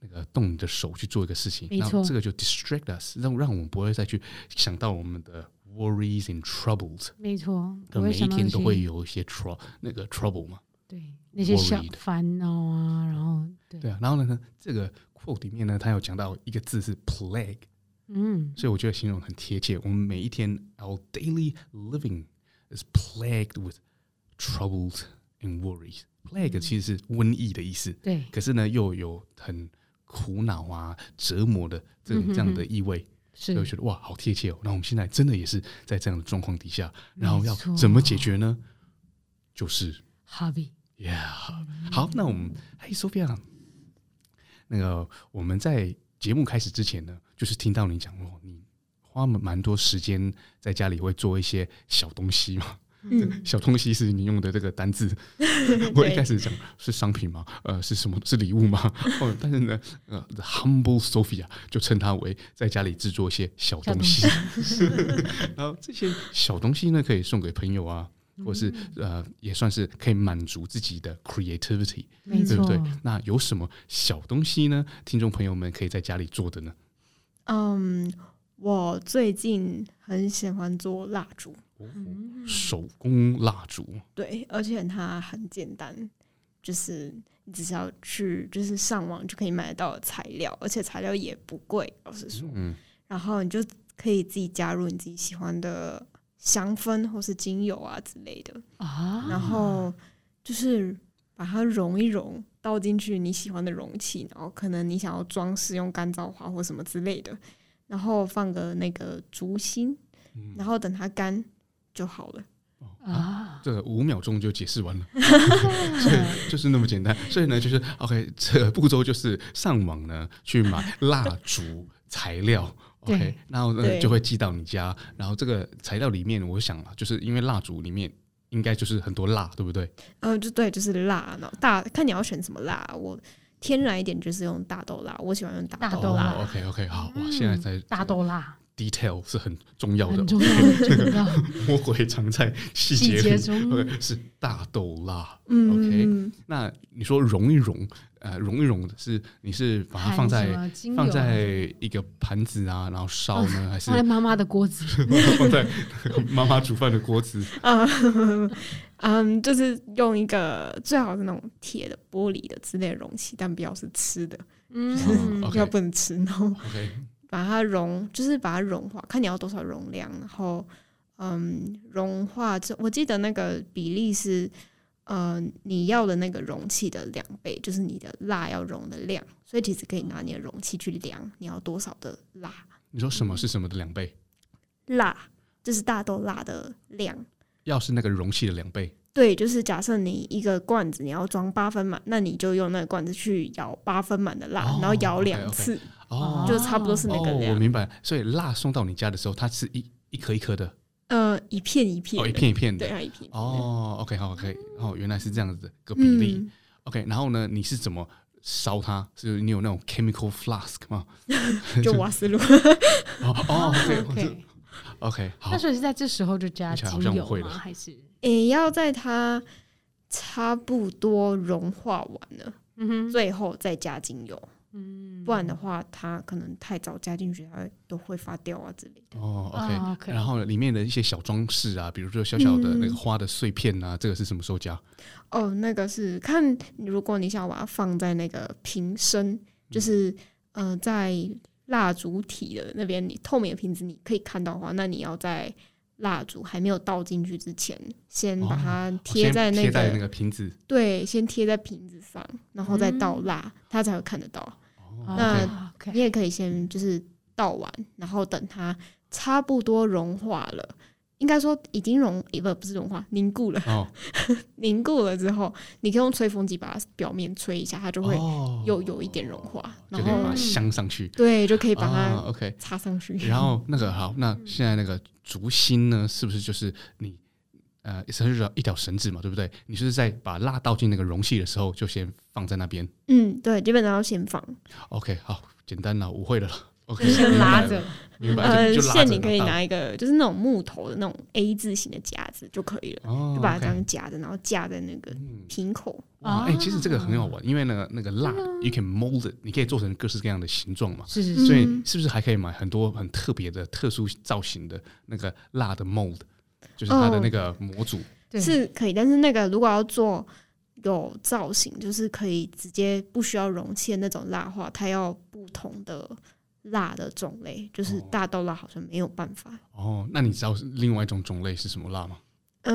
Speaker 1: 那个动你的手去做一个事情，
Speaker 2: 没
Speaker 1: 那
Speaker 2: 错
Speaker 1: 这个就 distract us，让让我们不会再去想到我们的 worries and troubles。
Speaker 2: 没错，
Speaker 1: 可能
Speaker 2: 我
Speaker 1: 每一
Speaker 2: 想到
Speaker 1: 天
Speaker 2: 那
Speaker 1: 都
Speaker 2: 些
Speaker 1: 会有一些 trouble 那个 trouble 嘛，
Speaker 2: 对那些小
Speaker 1: worried
Speaker 2: 烦恼啊，然后对，
Speaker 1: 对啊。然后呢，这个 quote 里面呢，它有讲到一个字是 plague，
Speaker 2: 嗯，
Speaker 1: 所以我觉得形容很贴切。我们每一天 our daily living is plagued with troubles and worries。plague 其实是瘟疫的意思，
Speaker 2: 嗯对
Speaker 1: 可是呢又有很苦恼啊、折磨的这
Speaker 2: 嗯
Speaker 1: 种这样的意味，所
Speaker 2: 是
Speaker 1: 以我觉得哇，好贴切哦。那我们现在真的也是在这样的状况底下，然后要
Speaker 2: 没错
Speaker 1: 怎么解决呢？就是。
Speaker 2: hobby，
Speaker 1: Yeah，好，那我们嘿，Sophia，那个我们在节目开始之前呢，就是听到你讲哦，你花蛮蛮多时间在家里会做一些小东西嘛。
Speaker 4: 嗯，
Speaker 1: 小东西是你用的这个单字，我一
Speaker 4: 对
Speaker 1: 开始讲是商品吗？呃，是什么？是礼物吗？ *laughs* 哦，但是呢，呃，the，humble Sophia 就称它为在家里制作一些小东西， *laughs* 然后这些小东西呢，可以送给朋友啊，或是呃，也算是可以满足自己的 creativity，
Speaker 4: 嗯
Speaker 2: 没
Speaker 1: 对不
Speaker 2: 错，
Speaker 1: 对？那有什么小东西呢？听众朋友们可以在家里做的呢？
Speaker 4: 嗯，我最近很喜欢做蜡烛，
Speaker 2: 嗯
Speaker 1: 手工蜡烛，
Speaker 4: 对，而且它很简单，就是你只是要去，就是上网就可以买得到的材料，而且材料也不贵，老实说。
Speaker 1: 嗯，
Speaker 4: 然后你就可以自己加入你自己喜欢的香氛或是精油啊之类的，
Speaker 2: 啊，
Speaker 4: 然后就是把它融一融，倒进去你喜欢的容器，然后可能你想要装饰用干燥花或什么之类的，然后放
Speaker 1: 嗯
Speaker 4: 个那个烛芯，然后等它干就好了。
Speaker 2: 啊，
Speaker 1: 哦这五秒钟就解释完了，所
Speaker 2: 嗯
Speaker 1: 以 *laughs* 就是那么简单。所以呢，就是 OK，这步骤就是上网呢去买蜡烛材料。OK，
Speaker 2: 对
Speaker 1: 然后呢
Speaker 4: 对
Speaker 1: 就会寄到你家，然后这个材料里面，我想啊，就是因为蜡烛里面应该就是很多蜡，对不对？
Speaker 4: 呃，就对，就是辣，然后大看你要选什么辣。我天然一点就是用大豆辣，我喜欢用大
Speaker 2: 大
Speaker 4: 豆
Speaker 2: 豆
Speaker 4: 辣。
Speaker 2: 辣
Speaker 1: OK OK，好 *laughs* 哦哇，现在在
Speaker 2: 嗯大豆辣
Speaker 1: detail 是很重要的
Speaker 2: 很，重要，很重要。
Speaker 1: 魔鬼藏在细节
Speaker 2: 细节
Speaker 1: 里
Speaker 2: 中
Speaker 1: OK，是大豆蜡。OK，
Speaker 4: 嗯，
Speaker 1: 那你说融一融，呃，融一融是你是 *laughs* 把它放
Speaker 2: 含什
Speaker 1: 在
Speaker 2: 么精油
Speaker 1: 放在一个盘子啊，然后烧
Speaker 4: *laughs*
Speaker 1: 呢，还是
Speaker 2: 放在妈妈的
Speaker 1: *laughs*
Speaker 2: 锅子里，
Speaker 1: 放在 *laughs* 妈妈煮饭的锅子？
Speaker 4: *laughs* 啊，嗯，就是用一个最好是那种铁的、玻璃的之类的容器，但不要是吃的，
Speaker 2: 嗯，
Speaker 1: OK
Speaker 4: 要不能吃。然后
Speaker 1: OK，
Speaker 4: 把它融，就是把它融化，看你要多少容量。然后，嗯，融化这我记得那个比例是，呃，你要的那个容器的两倍，就是你的蜡要融的量。所以其实可以拿你的容器去量你要多少的蜡，
Speaker 1: 你说什么是什么的两倍？
Speaker 4: 蜡就是大豆蜡的量。
Speaker 1: 要是那个容器的两倍，
Speaker 4: 对，就是假设你一个罐子你要装八分满，那你就用那个罐子去摇八分满的蜡，
Speaker 1: 哦
Speaker 4: 然后摇
Speaker 1: OK，
Speaker 4: 两
Speaker 1: OK
Speaker 4: 次
Speaker 1: 哦
Speaker 4: 就差不多是那个
Speaker 1: 哦，我
Speaker 4: 量。
Speaker 1: 明白。所以蜡送到你家的时候，它是一一颗一颗的，
Speaker 4: 呃，一片一片
Speaker 1: 哦，
Speaker 4: 的，
Speaker 1: 一片一片
Speaker 4: 对
Speaker 1: 的。
Speaker 4: 啊，一片。
Speaker 1: 哦，OK，好，OK，哦，原来是这样子的个比
Speaker 4: 嗯
Speaker 1: 例。OK，然后呢，你是怎么烧它？是你有那种 chemical flask 吗？*laughs*
Speaker 4: 嗯就瓦斯炉， *laughs*
Speaker 1: 哦哦，OK，我
Speaker 4: 啊
Speaker 1: 这
Speaker 2: OK，
Speaker 1: OK，好
Speaker 2: 那，所以是在这时候就加
Speaker 1: 听起来好
Speaker 2: 精
Speaker 1: 像我
Speaker 2: 油
Speaker 1: 会了
Speaker 2: 吗？还是
Speaker 4: 也要在它差不多融化完了，
Speaker 2: 嗯哼，
Speaker 4: 最后再加精油，
Speaker 2: 嗯
Speaker 4: 不然的话它可能太早加进去，它都会发掉啊之类的。
Speaker 1: 哦
Speaker 2: 啊
Speaker 1: ，OK，
Speaker 2: ，OK
Speaker 1: 然后里面的一些小装饰啊，比如说小小的那个花的碎片啊，这个是什么时候加？
Speaker 4: 哦，那个是看，如果你想把它放在那个瓶身，
Speaker 1: 嗯
Speaker 4: 就是呃，在蜡烛体的那边，你透明的瓶子你可以看到的话，那你要在蜡烛还没有倒进去之前，先嗯把它
Speaker 1: 哦
Speaker 4: 贴
Speaker 1: 先
Speaker 4: 在那
Speaker 1: 贴
Speaker 4: 个、
Speaker 1: 在那个瓶子。
Speaker 4: 对，先贴在瓶子上，然后再倒蜡，它才会看得到。
Speaker 1: 哦
Speaker 4: 那
Speaker 2: 啊
Speaker 4: 你
Speaker 2: OK，
Speaker 4: 也可以先就是倒完，然后等它差不多融化了，应该说已经融，呃不不是融化，凝固了。
Speaker 1: 哦
Speaker 4: *laughs* 凝固了之后，你可以用吹风机把它表面吹一下，它就会
Speaker 1: 哦，
Speaker 4: 又有一点融化，
Speaker 1: 就
Speaker 4: 然
Speaker 1: 可以把
Speaker 4: 后
Speaker 1: 它镶上去。
Speaker 4: 对，嗯就可以把
Speaker 1: 啊
Speaker 4: 它
Speaker 1: ，OK，
Speaker 4: 插上去。
Speaker 1: 然后那个好，那现在那个竹芯呢，是不是就是你呃，绳子一条绳子嘛，对不对？你就是在把蜡倒进那个容器的时候，就先放在那边。
Speaker 4: 嗯，对，基本上要先放，
Speaker 1: OK，好，简单了，我会了啦。OK，
Speaker 2: 先拉
Speaker 1: 明白
Speaker 2: 着
Speaker 1: 了，，明白
Speaker 4: 呃，
Speaker 1: 了，就就拉着
Speaker 4: 线你可以
Speaker 1: 然后
Speaker 4: 拿一个就是那种木头的那种 A 字形的夹子就可以了，
Speaker 1: 倒。哦，
Speaker 4: 就把它
Speaker 1: OK 嗯
Speaker 4: 这样夹着，然后架在那个瓶口。
Speaker 2: 哦
Speaker 1: 哇，哎、其实这个很好玩，因为呢，那个蜡、you can mold it，你可以做成各式各样的形状嘛。
Speaker 2: 是是是，
Speaker 1: 所以是不是还可以买很多很特别的、特殊造型的那个蜡的 mold，就是它的那个
Speaker 2: 哦
Speaker 1: 模组？
Speaker 2: 对
Speaker 4: 是可以，但是那个如果要做有造型，就是可以直接不需要容器的那种蜡画，它要不同的蜡的种类，就是
Speaker 1: 哦
Speaker 4: 大豆蜡好像没有办法。
Speaker 1: 哦，那你知道另外一种种类是什么蜡吗？
Speaker 4: 哎，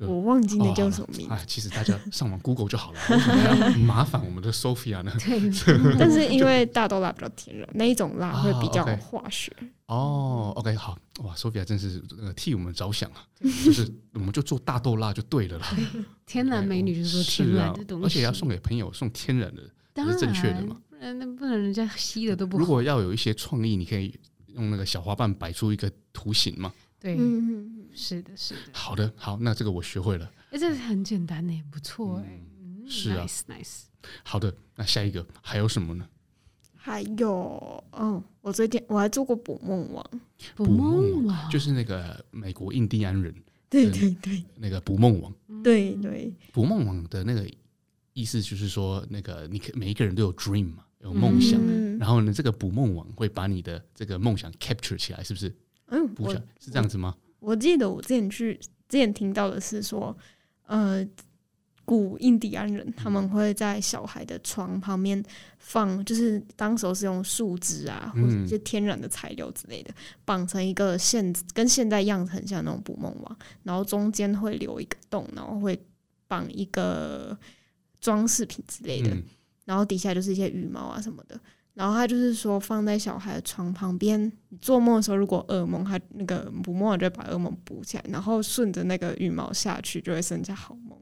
Speaker 1: 就
Speaker 4: 我忘记那
Speaker 1: 哦
Speaker 4: 叫
Speaker 1: 好
Speaker 4: 什么
Speaker 1: 了
Speaker 4: 名字，
Speaker 1: 哎，其实大家上网 Google 就好了，为什么要麻烦我们的 Sophia
Speaker 2: *laughs*
Speaker 1: 呢？
Speaker 2: 对，
Speaker 1: *laughs*
Speaker 4: 但是因为大豆蜡比较天然，那一种蜡会比较
Speaker 1: 啊，OK
Speaker 4: 化学。
Speaker 1: 哦，OK，好，哇，Sophia 真是呃替我们着想啊，就是我们就做大豆蜡就对了啦。
Speaker 2: *laughs* 天然美女就是说天然的东西，
Speaker 1: 啊，而且要送给朋友，送天然的。
Speaker 2: 当
Speaker 1: 是
Speaker 2: 然啊
Speaker 1: 正确的嘛，
Speaker 2: 不然那不然人家吸的都不
Speaker 1: 如
Speaker 2: 好，
Speaker 1: 果要有一些创意，你可以用那个小花瓣摆出一个图形嘛。
Speaker 2: 对，
Speaker 4: 嗯，
Speaker 2: 是的，是的，
Speaker 1: 好的，好，那这个我学会了。
Speaker 2: 哎，这很简单呢，不错哎，
Speaker 1: 是啊
Speaker 2: ，nice，nice，
Speaker 1: 好的，那下一个还有什么呢？
Speaker 4: 还有，嗯，我最近我还做过捕梦网，
Speaker 2: 捕
Speaker 1: 梦
Speaker 2: 梦网
Speaker 1: 就是那个美国印第安人
Speaker 4: *laughs* 对
Speaker 1: 嗯
Speaker 4: 对对
Speaker 1: 那个捕梦网，
Speaker 4: 对对，
Speaker 1: 捕梦网的那个意思就是说，那个你可每一个人都有 dream 嘛，有梦想。啊
Speaker 4: 嗯，
Speaker 1: 然后呢，这个捕梦网会把你的这个梦想 capture 起来，是不是？
Speaker 4: 嗯，
Speaker 1: 捕
Speaker 4: 我
Speaker 1: 想是这样子吗？
Speaker 4: 我记得我之前去之前听到的是说，呃，古印第安
Speaker 1: 嗯
Speaker 4: 人他们会在小孩的床旁边放，就是当时候是用树枝啊，或者
Speaker 1: 嗯
Speaker 4: 一些天然的材料之类的，绑成一个现跟现在样子很像那种捕梦网，然后中间会留一个洞，然后会绑一个装饰品之类的，
Speaker 1: 嗯，
Speaker 4: 然后底下就是一些羽毛啊什么的。然后他就是说放在小孩的床旁边，你做梦的时候如果噩梦，他那个捕梦网就会把噩梦补起来，然后顺着那个羽毛下去，就会生下好梦。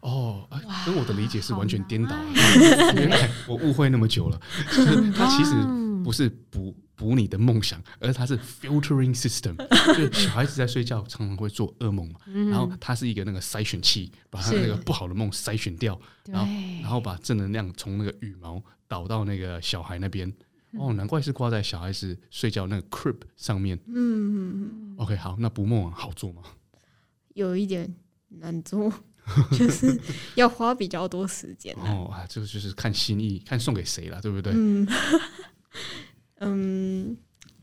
Speaker 1: 哦，哎
Speaker 2: 哇
Speaker 1: 跟我的理解是完全颠倒啊了。
Speaker 2: 好 nice
Speaker 1: 原来哎我误会那么久了，就是它其实
Speaker 2: 棒
Speaker 1: 不是补补你的梦想，而它是 filtering
Speaker 2: *laughs*
Speaker 1: system。就是小孩子在睡觉常常会做噩梦嘛，然后它是一个那个筛选器，把他那个
Speaker 2: 嗯是
Speaker 1: 不好的梦筛选掉，然后
Speaker 2: 对
Speaker 1: 然后把正能量从那个羽毛导到那个小孩那边。
Speaker 2: 嗯
Speaker 1: 哦，难怪是挂在小孩子睡觉那个 crib 上面。
Speaker 4: 嗯，
Speaker 1: OK，好，那捕梦网好做吗？
Speaker 4: 有一点难做， *laughs* 就是要花比较多时
Speaker 2: 嗯
Speaker 4: 间啊、
Speaker 1: 哦啊，这个就是看心意，看送给谁了，对不对？
Speaker 4: 嗯， *laughs* 嗯，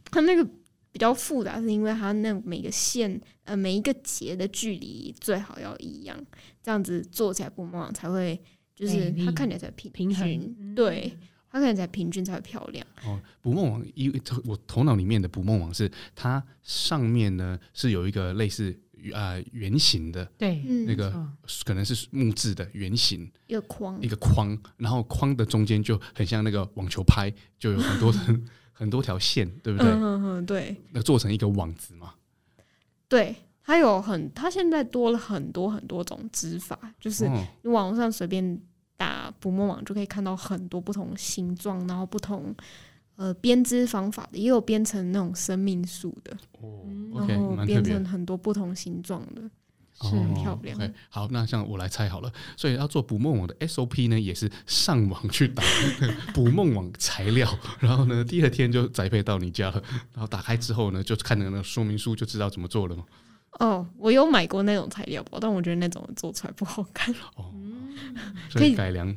Speaker 4: 它那个比较复杂，是因为它那每个线呃每一个节的距离最好要一样，这样子做起来不梦才会，就是
Speaker 2: 美丽
Speaker 4: 它看起来才平
Speaker 2: 平衡
Speaker 4: 均对，它看起来才平均才会漂亮。
Speaker 1: 哦，捕梦网一我头脑里面的捕梦网是它上面呢是有一个类似呃圆形的
Speaker 2: 对，
Speaker 4: 嗯，
Speaker 1: 那个
Speaker 2: 错，
Speaker 1: 可能是木质的圆形
Speaker 4: 一个框
Speaker 1: 一，个框，然后框的中间就很像那个网球拍，就有很多的 *laughs* 很多条线，对不对？
Speaker 4: 嗯嗯嗯，对
Speaker 1: 那做成一个网子嘛。
Speaker 4: 对。它有很，它现在多了很多很多种织法，就是
Speaker 1: 哦
Speaker 4: 你网络上随便打捕梦网就可以看到很多不同形状，然后不同呃编织方法的，也有编成那种生命树的，
Speaker 1: 哦
Speaker 2: 嗯
Speaker 1: ，OK，
Speaker 4: 然后
Speaker 1: 蛮特
Speaker 4: 编
Speaker 1: 别
Speaker 4: 成
Speaker 1: 的。
Speaker 4: 很多不同形状的。
Speaker 2: 是
Speaker 1: 哦
Speaker 4: 很漂亮
Speaker 1: OK，好，那像我来猜好了，所以要做捕梦网的 SOP 呢，也是上网去打捕梦网材料，然后呢，第二天就宅配到你家了。然后打开之后呢，就看那个说明书就知道怎么做了嘛。
Speaker 4: 哦，我有买过那种材料包，但我觉得那种做出来不好看，
Speaker 1: 哦，所
Speaker 4: 嗯
Speaker 2: 嗯
Speaker 4: 可以
Speaker 1: 以改良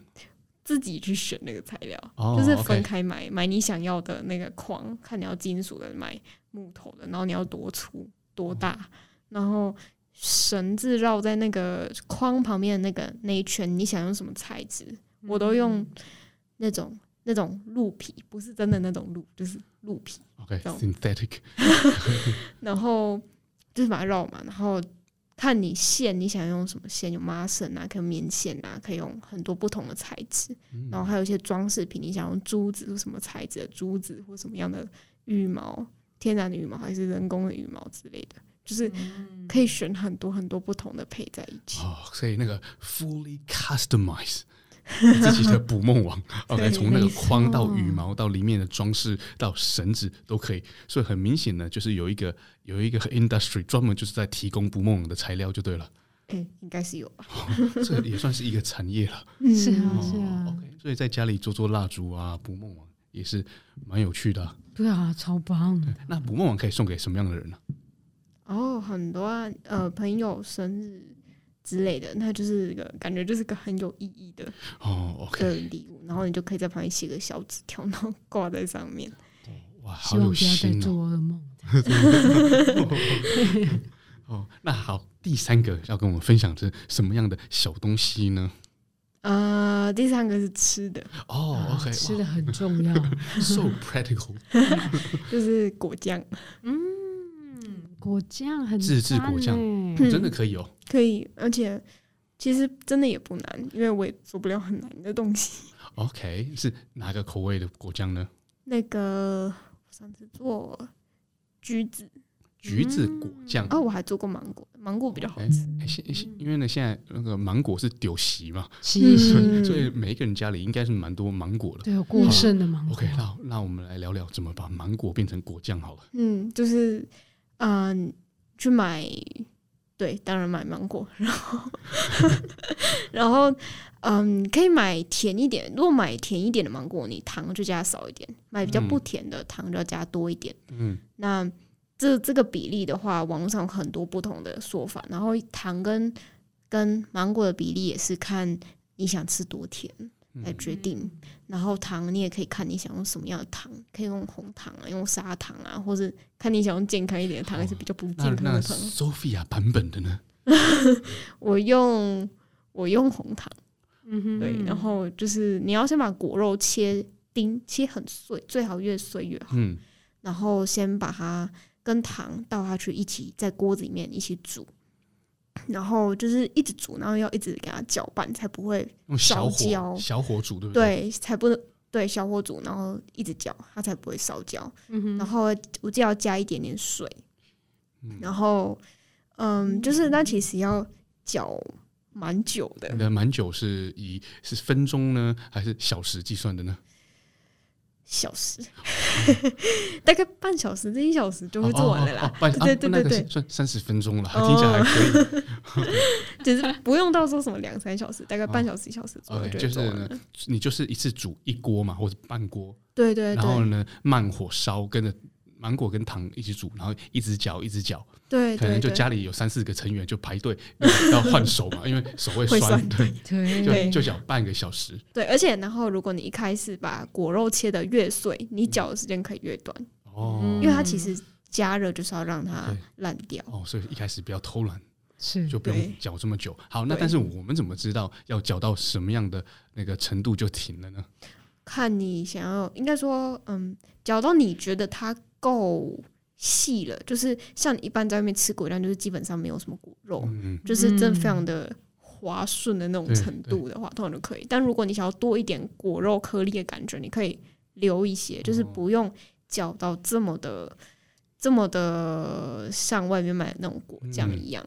Speaker 4: 自己去选那个材料，
Speaker 1: 哦
Speaker 4: 就是
Speaker 1: ，OK
Speaker 4: 分开买，买你想要的那个框，看你要金属的，买木头的，然后你要多粗多大，然后绳子绕在那个框旁边的那个那一圈，你想用什么材质，
Speaker 1: 嗯
Speaker 4: 我都用那种那种鹿皮，不是真的那种鹿，就是鹿皮，懂
Speaker 1: OK，synthetic，、
Speaker 4: 然后就是把它绕嘛，然后看你线你想用什么线，有麻绳啊，可以用棉线啊，可以用很多不同的材质，
Speaker 1: 嗯
Speaker 4: 然后还有一些装饰品，你想用珠子或什么材质的珠子或什么样的羽毛，天然的羽毛还是人工的羽毛之类的，就是可以选很多很多不同的配在一起。
Speaker 1: 哦，所以那个 fully customize 自己的捕梦
Speaker 2: *laughs*
Speaker 1: 网，OK，
Speaker 4: 对
Speaker 1: 从那个
Speaker 2: 没错
Speaker 1: 框到羽毛到里面的装饰到绳子都可以，所以很明显呢，就是有一个有一个 industry 专门就是在提供捕梦网的材料就对
Speaker 2: *laughs*
Speaker 1: 了，
Speaker 4: 哎、应该是有吧？
Speaker 1: 这也算是一个产业了。
Speaker 4: 嗯
Speaker 2: 是啊，
Speaker 1: 哦
Speaker 2: 是啊，
Speaker 1: ，OK，所以在家里做做蜡烛啊，捕梦网也是蛮有趣的啊、
Speaker 2: 对啊，超棒的，
Speaker 1: 那捕梦网可以送给什么样的人呢、
Speaker 4: 哦，很多啊，呃，朋友生日之类的，那就是一个感觉就是个很有意义的
Speaker 1: 哦，OK，
Speaker 4: 的礼物，然后你就可以在旁边写个小纸条，然后挂在上面。
Speaker 1: 哇，好
Speaker 2: 希望
Speaker 1: 有
Speaker 2: 不要再
Speaker 1: 心哦。
Speaker 2: 做噩梦。
Speaker 1: *laughs* 哦，那好，第三个要跟我们分享的是什么样的小东西呢？
Speaker 4: 呃，第三个是吃的，
Speaker 1: 哦、
Speaker 2: 啊
Speaker 1: o k
Speaker 2: 吃的很重
Speaker 1: *laughs*
Speaker 2: 要。
Speaker 1: so practical，哦
Speaker 4: 就是果酱，
Speaker 2: 嗯，果酱很
Speaker 1: 自制果酱
Speaker 2: 赞欸
Speaker 1: 真的可以哦。
Speaker 4: 嗯可以，而且其实真的也不难，因为我也做不了很难的东西。
Speaker 1: OK，是哪个口味的果酱呢？
Speaker 4: 那个我上次做橘子，
Speaker 1: 橘子果酱。
Speaker 4: 哦，我还做过芒果，芒果比较好
Speaker 1: 哎
Speaker 4: 吃。
Speaker 1: 哎现现因为呢，现在那个芒果是丢席嘛，
Speaker 2: 其
Speaker 1: 哎
Speaker 4: 嗯
Speaker 1: 所
Speaker 2: 实
Speaker 1: 以所以每一个人家里应该是蛮多芒果的。
Speaker 2: 对有过剩的芒果
Speaker 1: OK，那那我们来聊聊怎么把芒果变成果酱好了。
Speaker 4: 嗯，就是嗯、去买，对，当然买芒果，然后 *laughs* 然后嗯，可以买甜一点。如果买甜一点的芒果，你糖就加少一点；买比较不
Speaker 1: 嗯
Speaker 4: 甜的糖就要加多一点。
Speaker 1: 嗯，
Speaker 4: 那这这个比例的话，网络上有很多不同的说法，然后糖跟跟芒果的比例也是看你想吃多甜
Speaker 1: 嗯
Speaker 4: 来决定。然后糖你也可以看你想用什么样的糖，可以用红糖啊，用砂糖啊，或是看你想用健康一点的糖，还是比较不
Speaker 1: 那
Speaker 4: 健康
Speaker 1: 那
Speaker 4: 的糖。
Speaker 1: Sophia 版本的呢？
Speaker 4: 我用我用红糖，
Speaker 2: 嗯哼
Speaker 4: 对，然后就是你要先把果肉切丁，切很碎，最好越碎越好。
Speaker 1: 嗯，
Speaker 4: 然后先把它跟糖倒下去一起在锅子里面一起煮，然后就是一直煮，然后要一直给它搅拌，才不会
Speaker 1: 用小
Speaker 4: 烧焦
Speaker 1: 火小火煮，对不？
Speaker 4: 对，才不能对小火煮，然后一直搅，它才不会烧焦。
Speaker 2: 嗯哼，
Speaker 4: 然后我记得要加一点点水，
Speaker 1: 嗯
Speaker 4: 然后嗯，就是那其实要搅蛮久的
Speaker 1: 你，的蛮久是以是分钟呢，还是小时计算的呢？
Speaker 4: 小时， *laughs* 大概半小时至一小时就会做完了
Speaker 1: 哦哦
Speaker 4: 啦
Speaker 1: 哦。半
Speaker 4: *laughs* 对对
Speaker 1: 啊那
Speaker 4: 对
Speaker 1: 个
Speaker 4: 对
Speaker 1: 是算三十分钟了，
Speaker 4: 哦
Speaker 1: 听起来还
Speaker 4: *laughs*
Speaker 1: 可以。哦
Speaker 4: 就是不用到说什么两三小时，大概半小时一小时左右
Speaker 1: OK，
Speaker 4: 会
Speaker 1: 就是
Speaker 4: 哦做完了。
Speaker 1: 呢你就是一次煮一锅嘛，或者半锅，
Speaker 4: 对对
Speaker 1: 然后
Speaker 4: 对
Speaker 1: 呢慢火烧，跟着芒果跟糖一起煮，然后一直搅一直搅，
Speaker 4: 对，
Speaker 1: 可能
Speaker 4: 对
Speaker 1: 就
Speaker 4: 对
Speaker 1: 家里有三四个成员就排队要换手嘛，因为手会
Speaker 4: 会
Speaker 1: 酸，
Speaker 4: 酸
Speaker 1: 对，
Speaker 4: 对
Speaker 1: 就就搅半个小时。
Speaker 4: 对，而且然后如果你一开始把果肉切的越碎，
Speaker 1: 嗯
Speaker 4: 你搅的时间可以越短，
Speaker 2: 음.
Speaker 1: 哦
Speaker 4: 因为它其实加热就是要让它烂掉。
Speaker 1: 哦，所以一开始不要偷懒，
Speaker 2: 是
Speaker 1: 就不用
Speaker 4: 对
Speaker 1: 搅这么久。好，那
Speaker 4: 对
Speaker 1: 但是我们怎么知道要搅到什么样的那个程度就停了呢？
Speaker 4: 看你想要，应该说，嗯，搅到你觉得它够细了，就是像你一般在外面吃果酱，就是基本上没有什么果肉，
Speaker 1: 嗯，
Speaker 4: 就是真的非常的滑顺的那种程度的话，通常就可以。但如果你想要多一点果肉颗粒的感觉，你可以留一些，就是不用搅到这么的、这么的像外面买的那种果酱一样。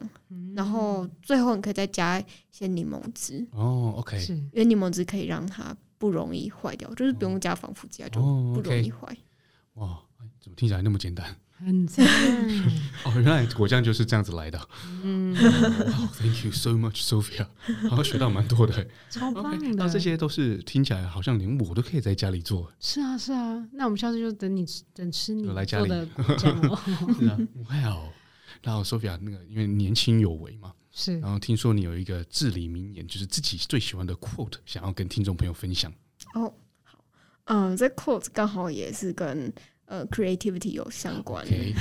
Speaker 4: 然后最后你可以再加一些柠檬汁，
Speaker 1: 哦，OK，
Speaker 2: 是
Speaker 4: 因为柠檬汁可以让它不容易坏掉，就是不用加防腐剂啊，就
Speaker 1: 哦
Speaker 4: 不容
Speaker 1: ，OK，
Speaker 4: 易坏。
Speaker 1: 哇，怎么听起来那么简单？ *laughs*
Speaker 2: 很赞， 네.
Speaker 1: 哦，原来果酱就是这样子来
Speaker 4: *laughs*
Speaker 1: 的。嗯、wow,，Thank you so much, Sophia，好像学到蛮多
Speaker 2: *laughs*
Speaker 1: 的。
Speaker 2: 超棒
Speaker 1: OK，
Speaker 2: 的。
Speaker 1: 那这些都是听起来好像连我都可以在家里做。
Speaker 2: 是啊是啊，那我们下次就等你吃等吃你
Speaker 1: 就来家
Speaker 2: 做
Speaker 1: 里
Speaker 2: 的果酱哦。 *laughs*
Speaker 1: 是
Speaker 4: *laughs*
Speaker 1: 啊，Wow。然后 Sophia 那个因为年轻有为嘛，
Speaker 2: 是
Speaker 1: 然后听说你有一个至理名言，就是自己最喜欢的 quote，想要跟听众朋友分享。
Speaker 4: 哦，好，嗯，这 quote 刚好也是跟呃 creativity 有相关。
Speaker 1: OK，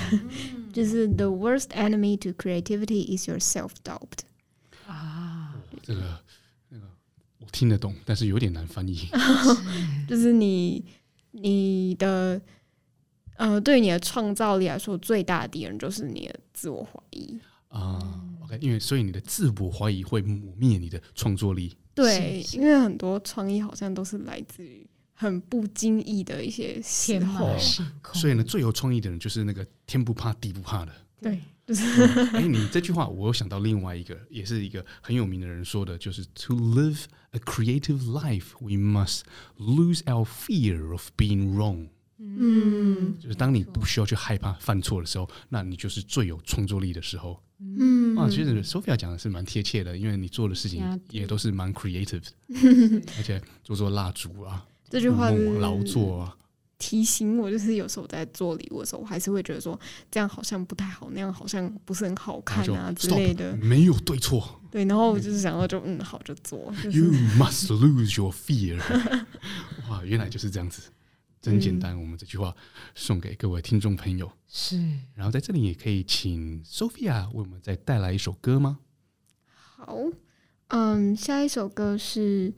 Speaker 4: 就是 the worst enemy to creativity is your self doubt。
Speaker 2: 啊，
Speaker 1: 这个那个我听得懂，但是有点难翻译。
Speaker 4: 就是你你的呃，对你的创造力来说，最大的敌人就是你的自我怀疑。
Speaker 1: 啊、o k 因为所以你的自我怀疑会抹灭你的创作力。
Speaker 4: 对，
Speaker 2: 是
Speaker 4: 因为很多创意好像都是来自于很不经意的一些时
Speaker 2: 天
Speaker 4: 候
Speaker 2: 马，行空，
Speaker 1: 所以呢，最有创意的人就是那个天不怕地不怕的。
Speaker 4: 对，
Speaker 1: 哎，你这句话我又想到另外一个，也是一个很有名的人说的，就是 “To live a creative life, we must lose our fear of being wrong。”
Speaker 4: 嗯
Speaker 1: 就是当你不需要去害怕犯错的时候，那你就是最有创作力的时候。
Speaker 4: 嗯，
Speaker 1: 啊哇，其实 Sophia 讲的是蛮贴切的，因为你做的事
Speaker 2: 压
Speaker 1: 情
Speaker 2: 力
Speaker 1: 也都是蛮 creative 的，而且做做蜡烛啊，
Speaker 4: 这句
Speaker 1: 做
Speaker 4: 话
Speaker 1: 梦劳
Speaker 4: 是
Speaker 1: 作啊，
Speaker 4: 提醒我，就是有时候我在做礼物的时候，我还是会觉得说这样好像不太好，那样好像不是很好
Speaker 1: 然后
Speaker 4: 看
Speaker 1: 就
Speaker 4: 啊之
Speaker 1: stop，嗯
Speaker 4: 类的。
Speaker 1: 没有对错
Speaker 4: 对，然后我就是想到就嗯，好就做，就是
Speaker 1: ，You must lose your fear。哇，原来就是这样子，真简单。我们这句话送给各位听众朋友。
Speaker 2: 是
Speaker 1: 然后在这里也可以请 Sophia 为我们再带来一首歌吗？
Speaker 4: 好，嗯，下一首歌是《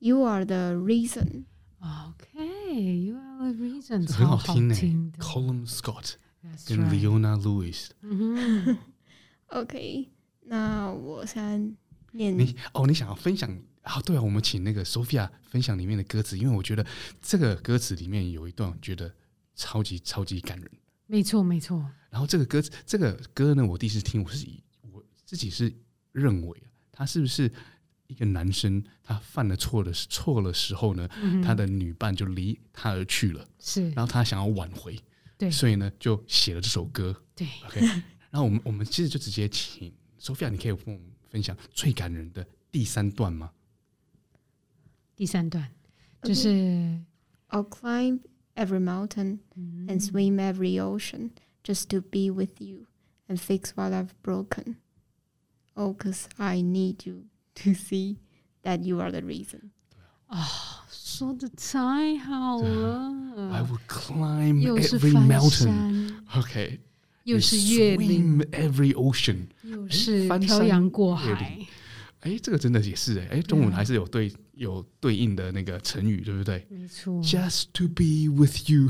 Speaker 4: You Are the Reason》。
Speaker 2: OK，You 아, are the reason，
Speaker 1: 很
Speaker 2: 嗯超
Speaker 1: 听呢、
Speaker 2: 听的
Speaker 1: Colin Scott
Speaker 2: That's
Speaker 1: 跟
Speaker 2: right 음.
Speaker 1: Leona Lewis。
Speaker 2: 嗯哼
Speaker 4: OK，那我先念
Speaker 1: 你哦，你想要分享啊？对啊，我们请那个 Sophia 分享里面的歌词，因为我觉得这个歌词里面有一段我觉得超级超级感人。
Speaker 2: 没错没错，
Speaker 1: 然后这个歌词，这个歌呢，我第一次听，我是以我自己是认为，啊他是不是一个男生，他犯了错的错了时候呢，他的女伴就离他而去了，
Speaker 2: 是
Speaker 1: 然后他想要挽回，
Speaker 2: 对
Speaker 1: 所以呢就写了这首歌。
Speaker 2: 对
Speaker 1: OK，然后我们我们其实就直接请 Sophia，你可以跟我们分享最感人的第三段吗？
Speaker 2: 第三段就是。
Speaker 4: ：I'll climb every mountain and swim every ocean just to be with you and fix what I've broken. Oh, 'cause I need you *laughs* to see that you are the reason.
Speaker 2: 说的太好了，
Speaker 1: I will climb
Speaker 2: 嗯又是
Speaker 1: every
Speaker 2: 翻
Speaker 1: mountain。
Speaker 2: 山，
Speaker 1: OK，
Speaker 2: 又是越岭，
Speaker 1: swim every ocean。
Speaker 2: 又是
Speaker 1: 翻
Speaker 2: 漂
Speaker 1: 山
Speaker 2: 洋过
Speaker 1: 越
Speaker 2: 海
Speaker 1: 岭，哎，这个真的也是哎，哎，中文还是有对有对应的那个成语，对不对
Speaker 2: 没错，
Speaker 1: ？Just to be with you，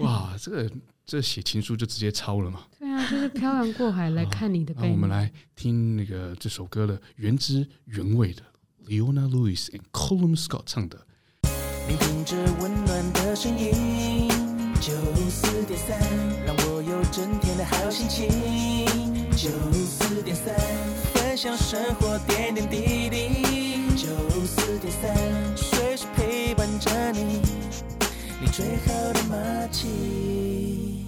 Speaker 1: 哇，这个这写情书就直接抄了嘛。
Speaker 2: 对啊，就是漂洋过海来看你的
Speaker 1: 那
Speaker 2: 背
Speaker 1: 我们
Speaker 2: 影。
Speaker 1: 来听那个这首歌的原汁原味的 Leona Lewis and Colin Scott 唱的。
Speaker 3: 聆听着温暖的声音。九四点三，让我有整天的好心情。九四点三，分享生活点点滴滴。九四点三，随时陪伴着你，你最好的默契。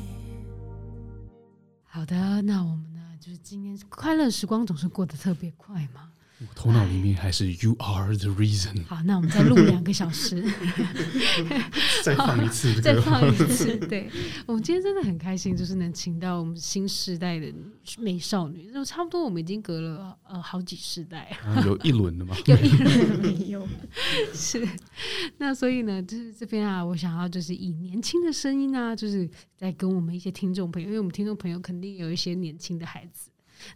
Speaker 2: 好的，那我们呢，就是今天快乐时光总是过得特别快嘛。
Speaker 1: 我头脑里面还是 You are the
Speaker 2: *laughs*
Speaker 1: reason，
Speaker 2: 好，那我们再录两个小时，
Speaker 1: *laughs* 再放一次这
Speaker 2: 再
Speaker 1: 个
Speaker 2: 放一次。对，我们今天真的很开心，就是能请到我们新时代的美少女，就差不多我们已经隔了呃好几世代，
Speaker 1: 啊有一轮的吗？
Speaker 2: 有一轮
Speaker 4: 没有，
Speaker 2: 是， *laughs* 那所以呢，就是这边啊，我想要就是以年轻的声音啊，就是在跟我们一些听众朋友，因为我们听众朋友肯定有一些年轻的孩子，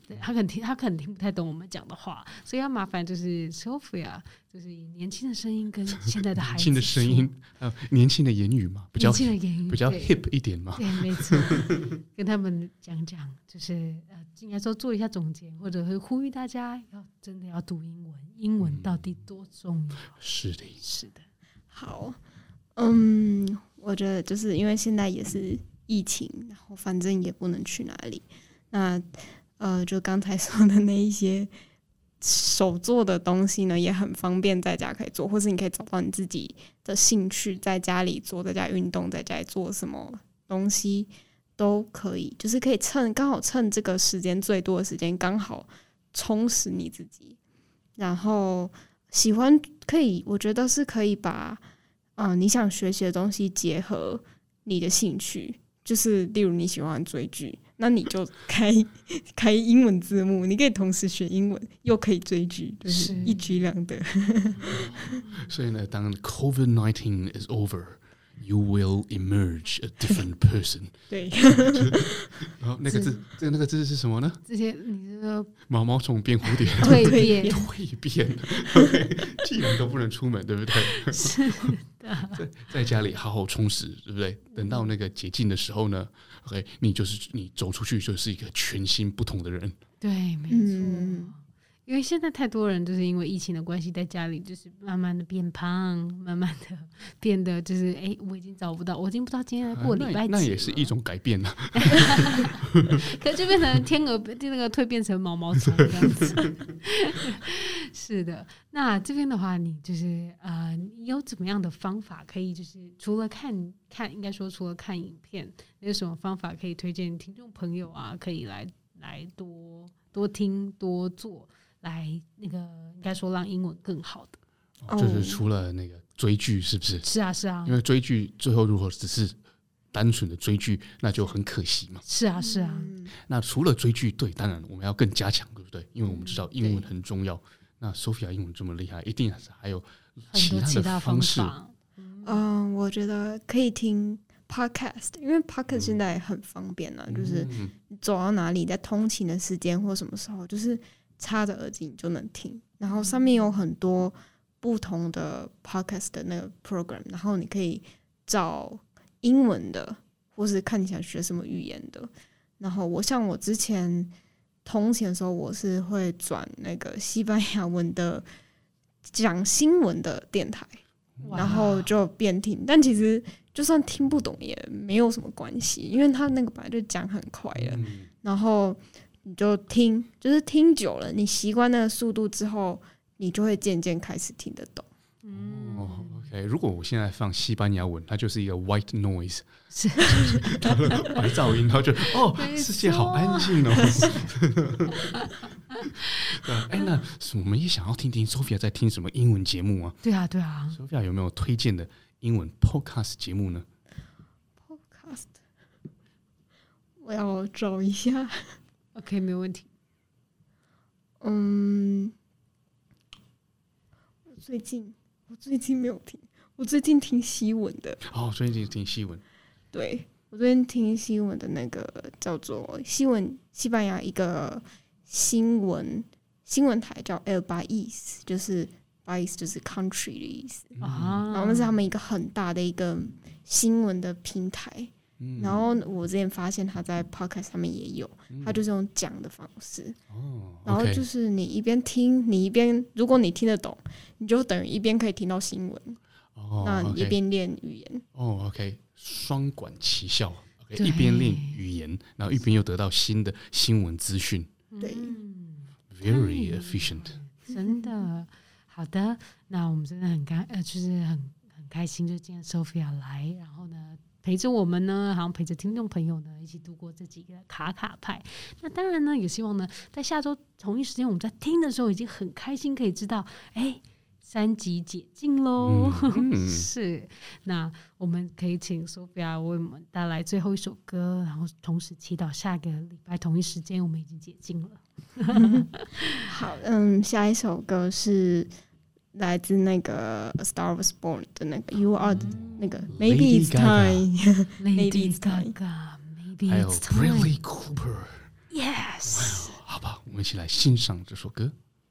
Speaker 2: 对他可能听他可能听不太懂我们讲的话，所以要麻烦就是 Sophia，就是以年轻的声音跟现在的
Speaker 1: 年 *laughs*
Speaker 2: 孩子
Speaker 1: 轻的声音，呃，年轻的言语嘛，比
Speaker 2: 说，
Speaker 1: 较
Speaker 2: 年轻的言语
Speaker 1: 比较
Speaker 2: 嗯对
Speaker 1: hip 一点嘛。
Speaker 2: 对，没错， *laughs* 跟他们讲讲，就是呃，应该说做一下总结，或者会呼吁大家要真的要读英文，英
Speaker 1: 嗯
Speaker 2: 文到底多重要？
Speaker 1: 是的，
Speaker 2: 是的，
Speaker 4: 好，嗯，Um, 我觉得就是因为现在也是疫情，然后反正也不能去哪里，那呃，就刚才说的那一些手做的东西呢，也很方便在家可以做，或是你可以找到你自己的兴趣，在家里做，在家运动，在家里做什么东西都可以，就是可以趁刚好趁这个时间最多的时间，刚好充实你自己，然后。喜欢可以，我觉得是可以把，呃，你想学习的东西结合你的兴趣，就是例如你喜欢追剧，那你就开开英文字幕，你可以同时学英文，又可以追剧，就
Speaker 2: 是
Speaker 4: 是一举两得。
Speaker 1: 所以呢，当 COVID nineteen is over。You will emerge a
Speaker 2: *laughs*
Speaker 1: different person。
Speaker 4: 对，
Speaker 2: 啊
Speaker 1: 然后那个字，这那个字是什么呢？
Speaker 2: 这些你是说
Speaker 1: 毛毛虫变蝴
Speaker 2: *laughs*
Speaker 1: *laughs* 蝶，
Speaker 2: 蜕变，
Speaker 1: 蜕
Speaker 2: *laughs*
Speaker 1: 变。OK，既然都不能出门，对不对？
Speaker 2: 是的，
Speaker 1: 在在家里好好充实，对不对？等到那个解禁的时候呢，OK，你就是你走出去就是一个全新不同的人。
Speaker 2: 对，没错。
Speaker 4: 嗯
Speaker 2: 因为现在太多人就是因为疫情的关系，在家里就是慢慢的变胖，慢慢的 *laughs* 变得就是哎、我已经找不到，我已经不知道今天过礼
Speaker 1: 啊
Speaker 2: 拜几、
Speaker 1: 那那也是一，种改变啊呐、
Speaker 2: 可就变成天鹅，就那个蜕变成毛毛虫这样子。是的，那这边的话，你就是呃，你有怎么样的方法可以就是除了看看，应该说除了看影片，你有什么方法可以推荐听众朋友啊，可以来来多多听多做，来那个应该说让英文更好的。
Speaker 4: 哦
Speaker 1: 就是除了那个追剧，是不是？
Speaker 2: 是啊，是啊
Speaker 1: 因，为追剧最后如果只是单纯的追剧，那就很可惜嘛。
Speaker 2: 是啊，是啊，
Speaker 1: 那除了追剧，对，当然我们要更加强，对不对？因为我们知道英文
Speaker 2: 对
Speaker 1: 很重要。那 Sophia 英文这么厉害，一定是还有
Speaker 2: 很多
Speaker 1: 他
Speaker 2: 其
Speaker 1: 的
Speaker 2: 他方
Speaker 1: 式。
Speaker 2: 法。
Speaker 4: 嗯，我觉得可以听 podcast，因为 podcast 现在很方便啊，就是
Speaker 1: 嗯
Speaker 4: 走到哪里，在通勤的时间或什么时候，就是插着耳机你就能听。然后上面有很多不同的 podcast 的那个 program，然后你可以找英文的，或是看你想学什么语言的。然后我像我之前通勤的时候，我是会转那个西班牙文的讲新闻的电台，
Speaker 2: 哇
Speaker 4: 然后就边听。但其实就算听不懂也没有什么关系，因为他那个本来就讲很快了。
Speaker 1: 嗯
Speaker 4: 然后你就听，就是听久了，你习惯那个速度之后，你就会渐渐开始听得懂。
Speaker 1: 哦，OK。如果我现在放西班牙文，它就是一个 white noise，
Speaker 2: 是
Speaker 1: 白噪音，然后就哦，
Speaker 2: 没
Speaker 1: 世界好安静
Speaker 4: *laughs*
Speaker 1: 哦。 *laughs* 对哎，那我们也想要听听 Sophia 在听什么英文节目啊
Speaker 2: 对啊，对啊，
Speaker 1: ？Sophia 有没有推荐的英文 podcast 节目呢？
Speaker 4: Podcast，我要找一下，
Speaker 2: OK，没问题。
Speaker 4: 嗯，我最近我最近没有听，我最近听西文的，
Speaker 1: 哦，最近听西文，
Speaker 4: 对我最近听西文的那个叫做西文西班牙一个新闻新闻台叫 El País，就是 País 就是 country 的意思。
Speaker 1: 嗯
Speaker 2: 啊，
Speaker 4: 然后哦那是他们一个很大的一个新闻的平台。
Speaker 1: 嗯
Speaker 4: 然后我之前发现他在 podcast 上面也有，他就是用讲的方式，
Speaker 1: 哦
Speaker 4: 然
Speaker 1: 嗯
Speaker 4: 后
Speaker 1: OK
Speaker 4: 就是你一边听，你一边如果你听得懂，你就等于一边可以听到新闻，
Speaker 1: 哦
Speaker 4: 那
Speaker 1: OK
Speaker 4: 一边练语言，
Speaker 1: 哦，OK，双管齐下。OK，
Speaker 2: 对
Speaker 1: 一边练语言，然后一边又得到新的新闻资讯
Speaker 4: 对
Speaker 2: 嗯
Speaker 1: ，very efficient。
Speaker 2: 真的。好的，那我们真的很开，呃，就是很很开心，就今天 Sophia 来，然后呢陪着我们呢，好像陪着听众朋友呢一起度过这几个卡卡派。那当然呢，也希望呢在下周同一时间我们在听的时候已经很开心，可以知道，哎。三级解禁喽，
Speaker 1: 嗯嗯
Speaker 2: 是。那我们可以请 Sophia 为我们带来最后一首歌，然后同时祈祷下个礼拜同一时间我们已经解禁了。
Speaker 4: 好，嗯，下一首歌是来自那个《A Star Was Born》的那个《You Are》那个
Speaker 1: Lady
Speaker 4: Maybe It's
Speaker 1: Gaga
Speaker 4: Time。
Speaker 2: Lady
Speaker 4: Lady
Speaker 2: Gaga,
Speaker 4: Gaga.
Speaker 2: maybe
Speaker 1: 还有
Speaker 2: it's time.
Speaker 1: Bradley Cooper，
Speaker 2: Yes.
Speaker 1: 好吧，我们一起来欣赏这首歌。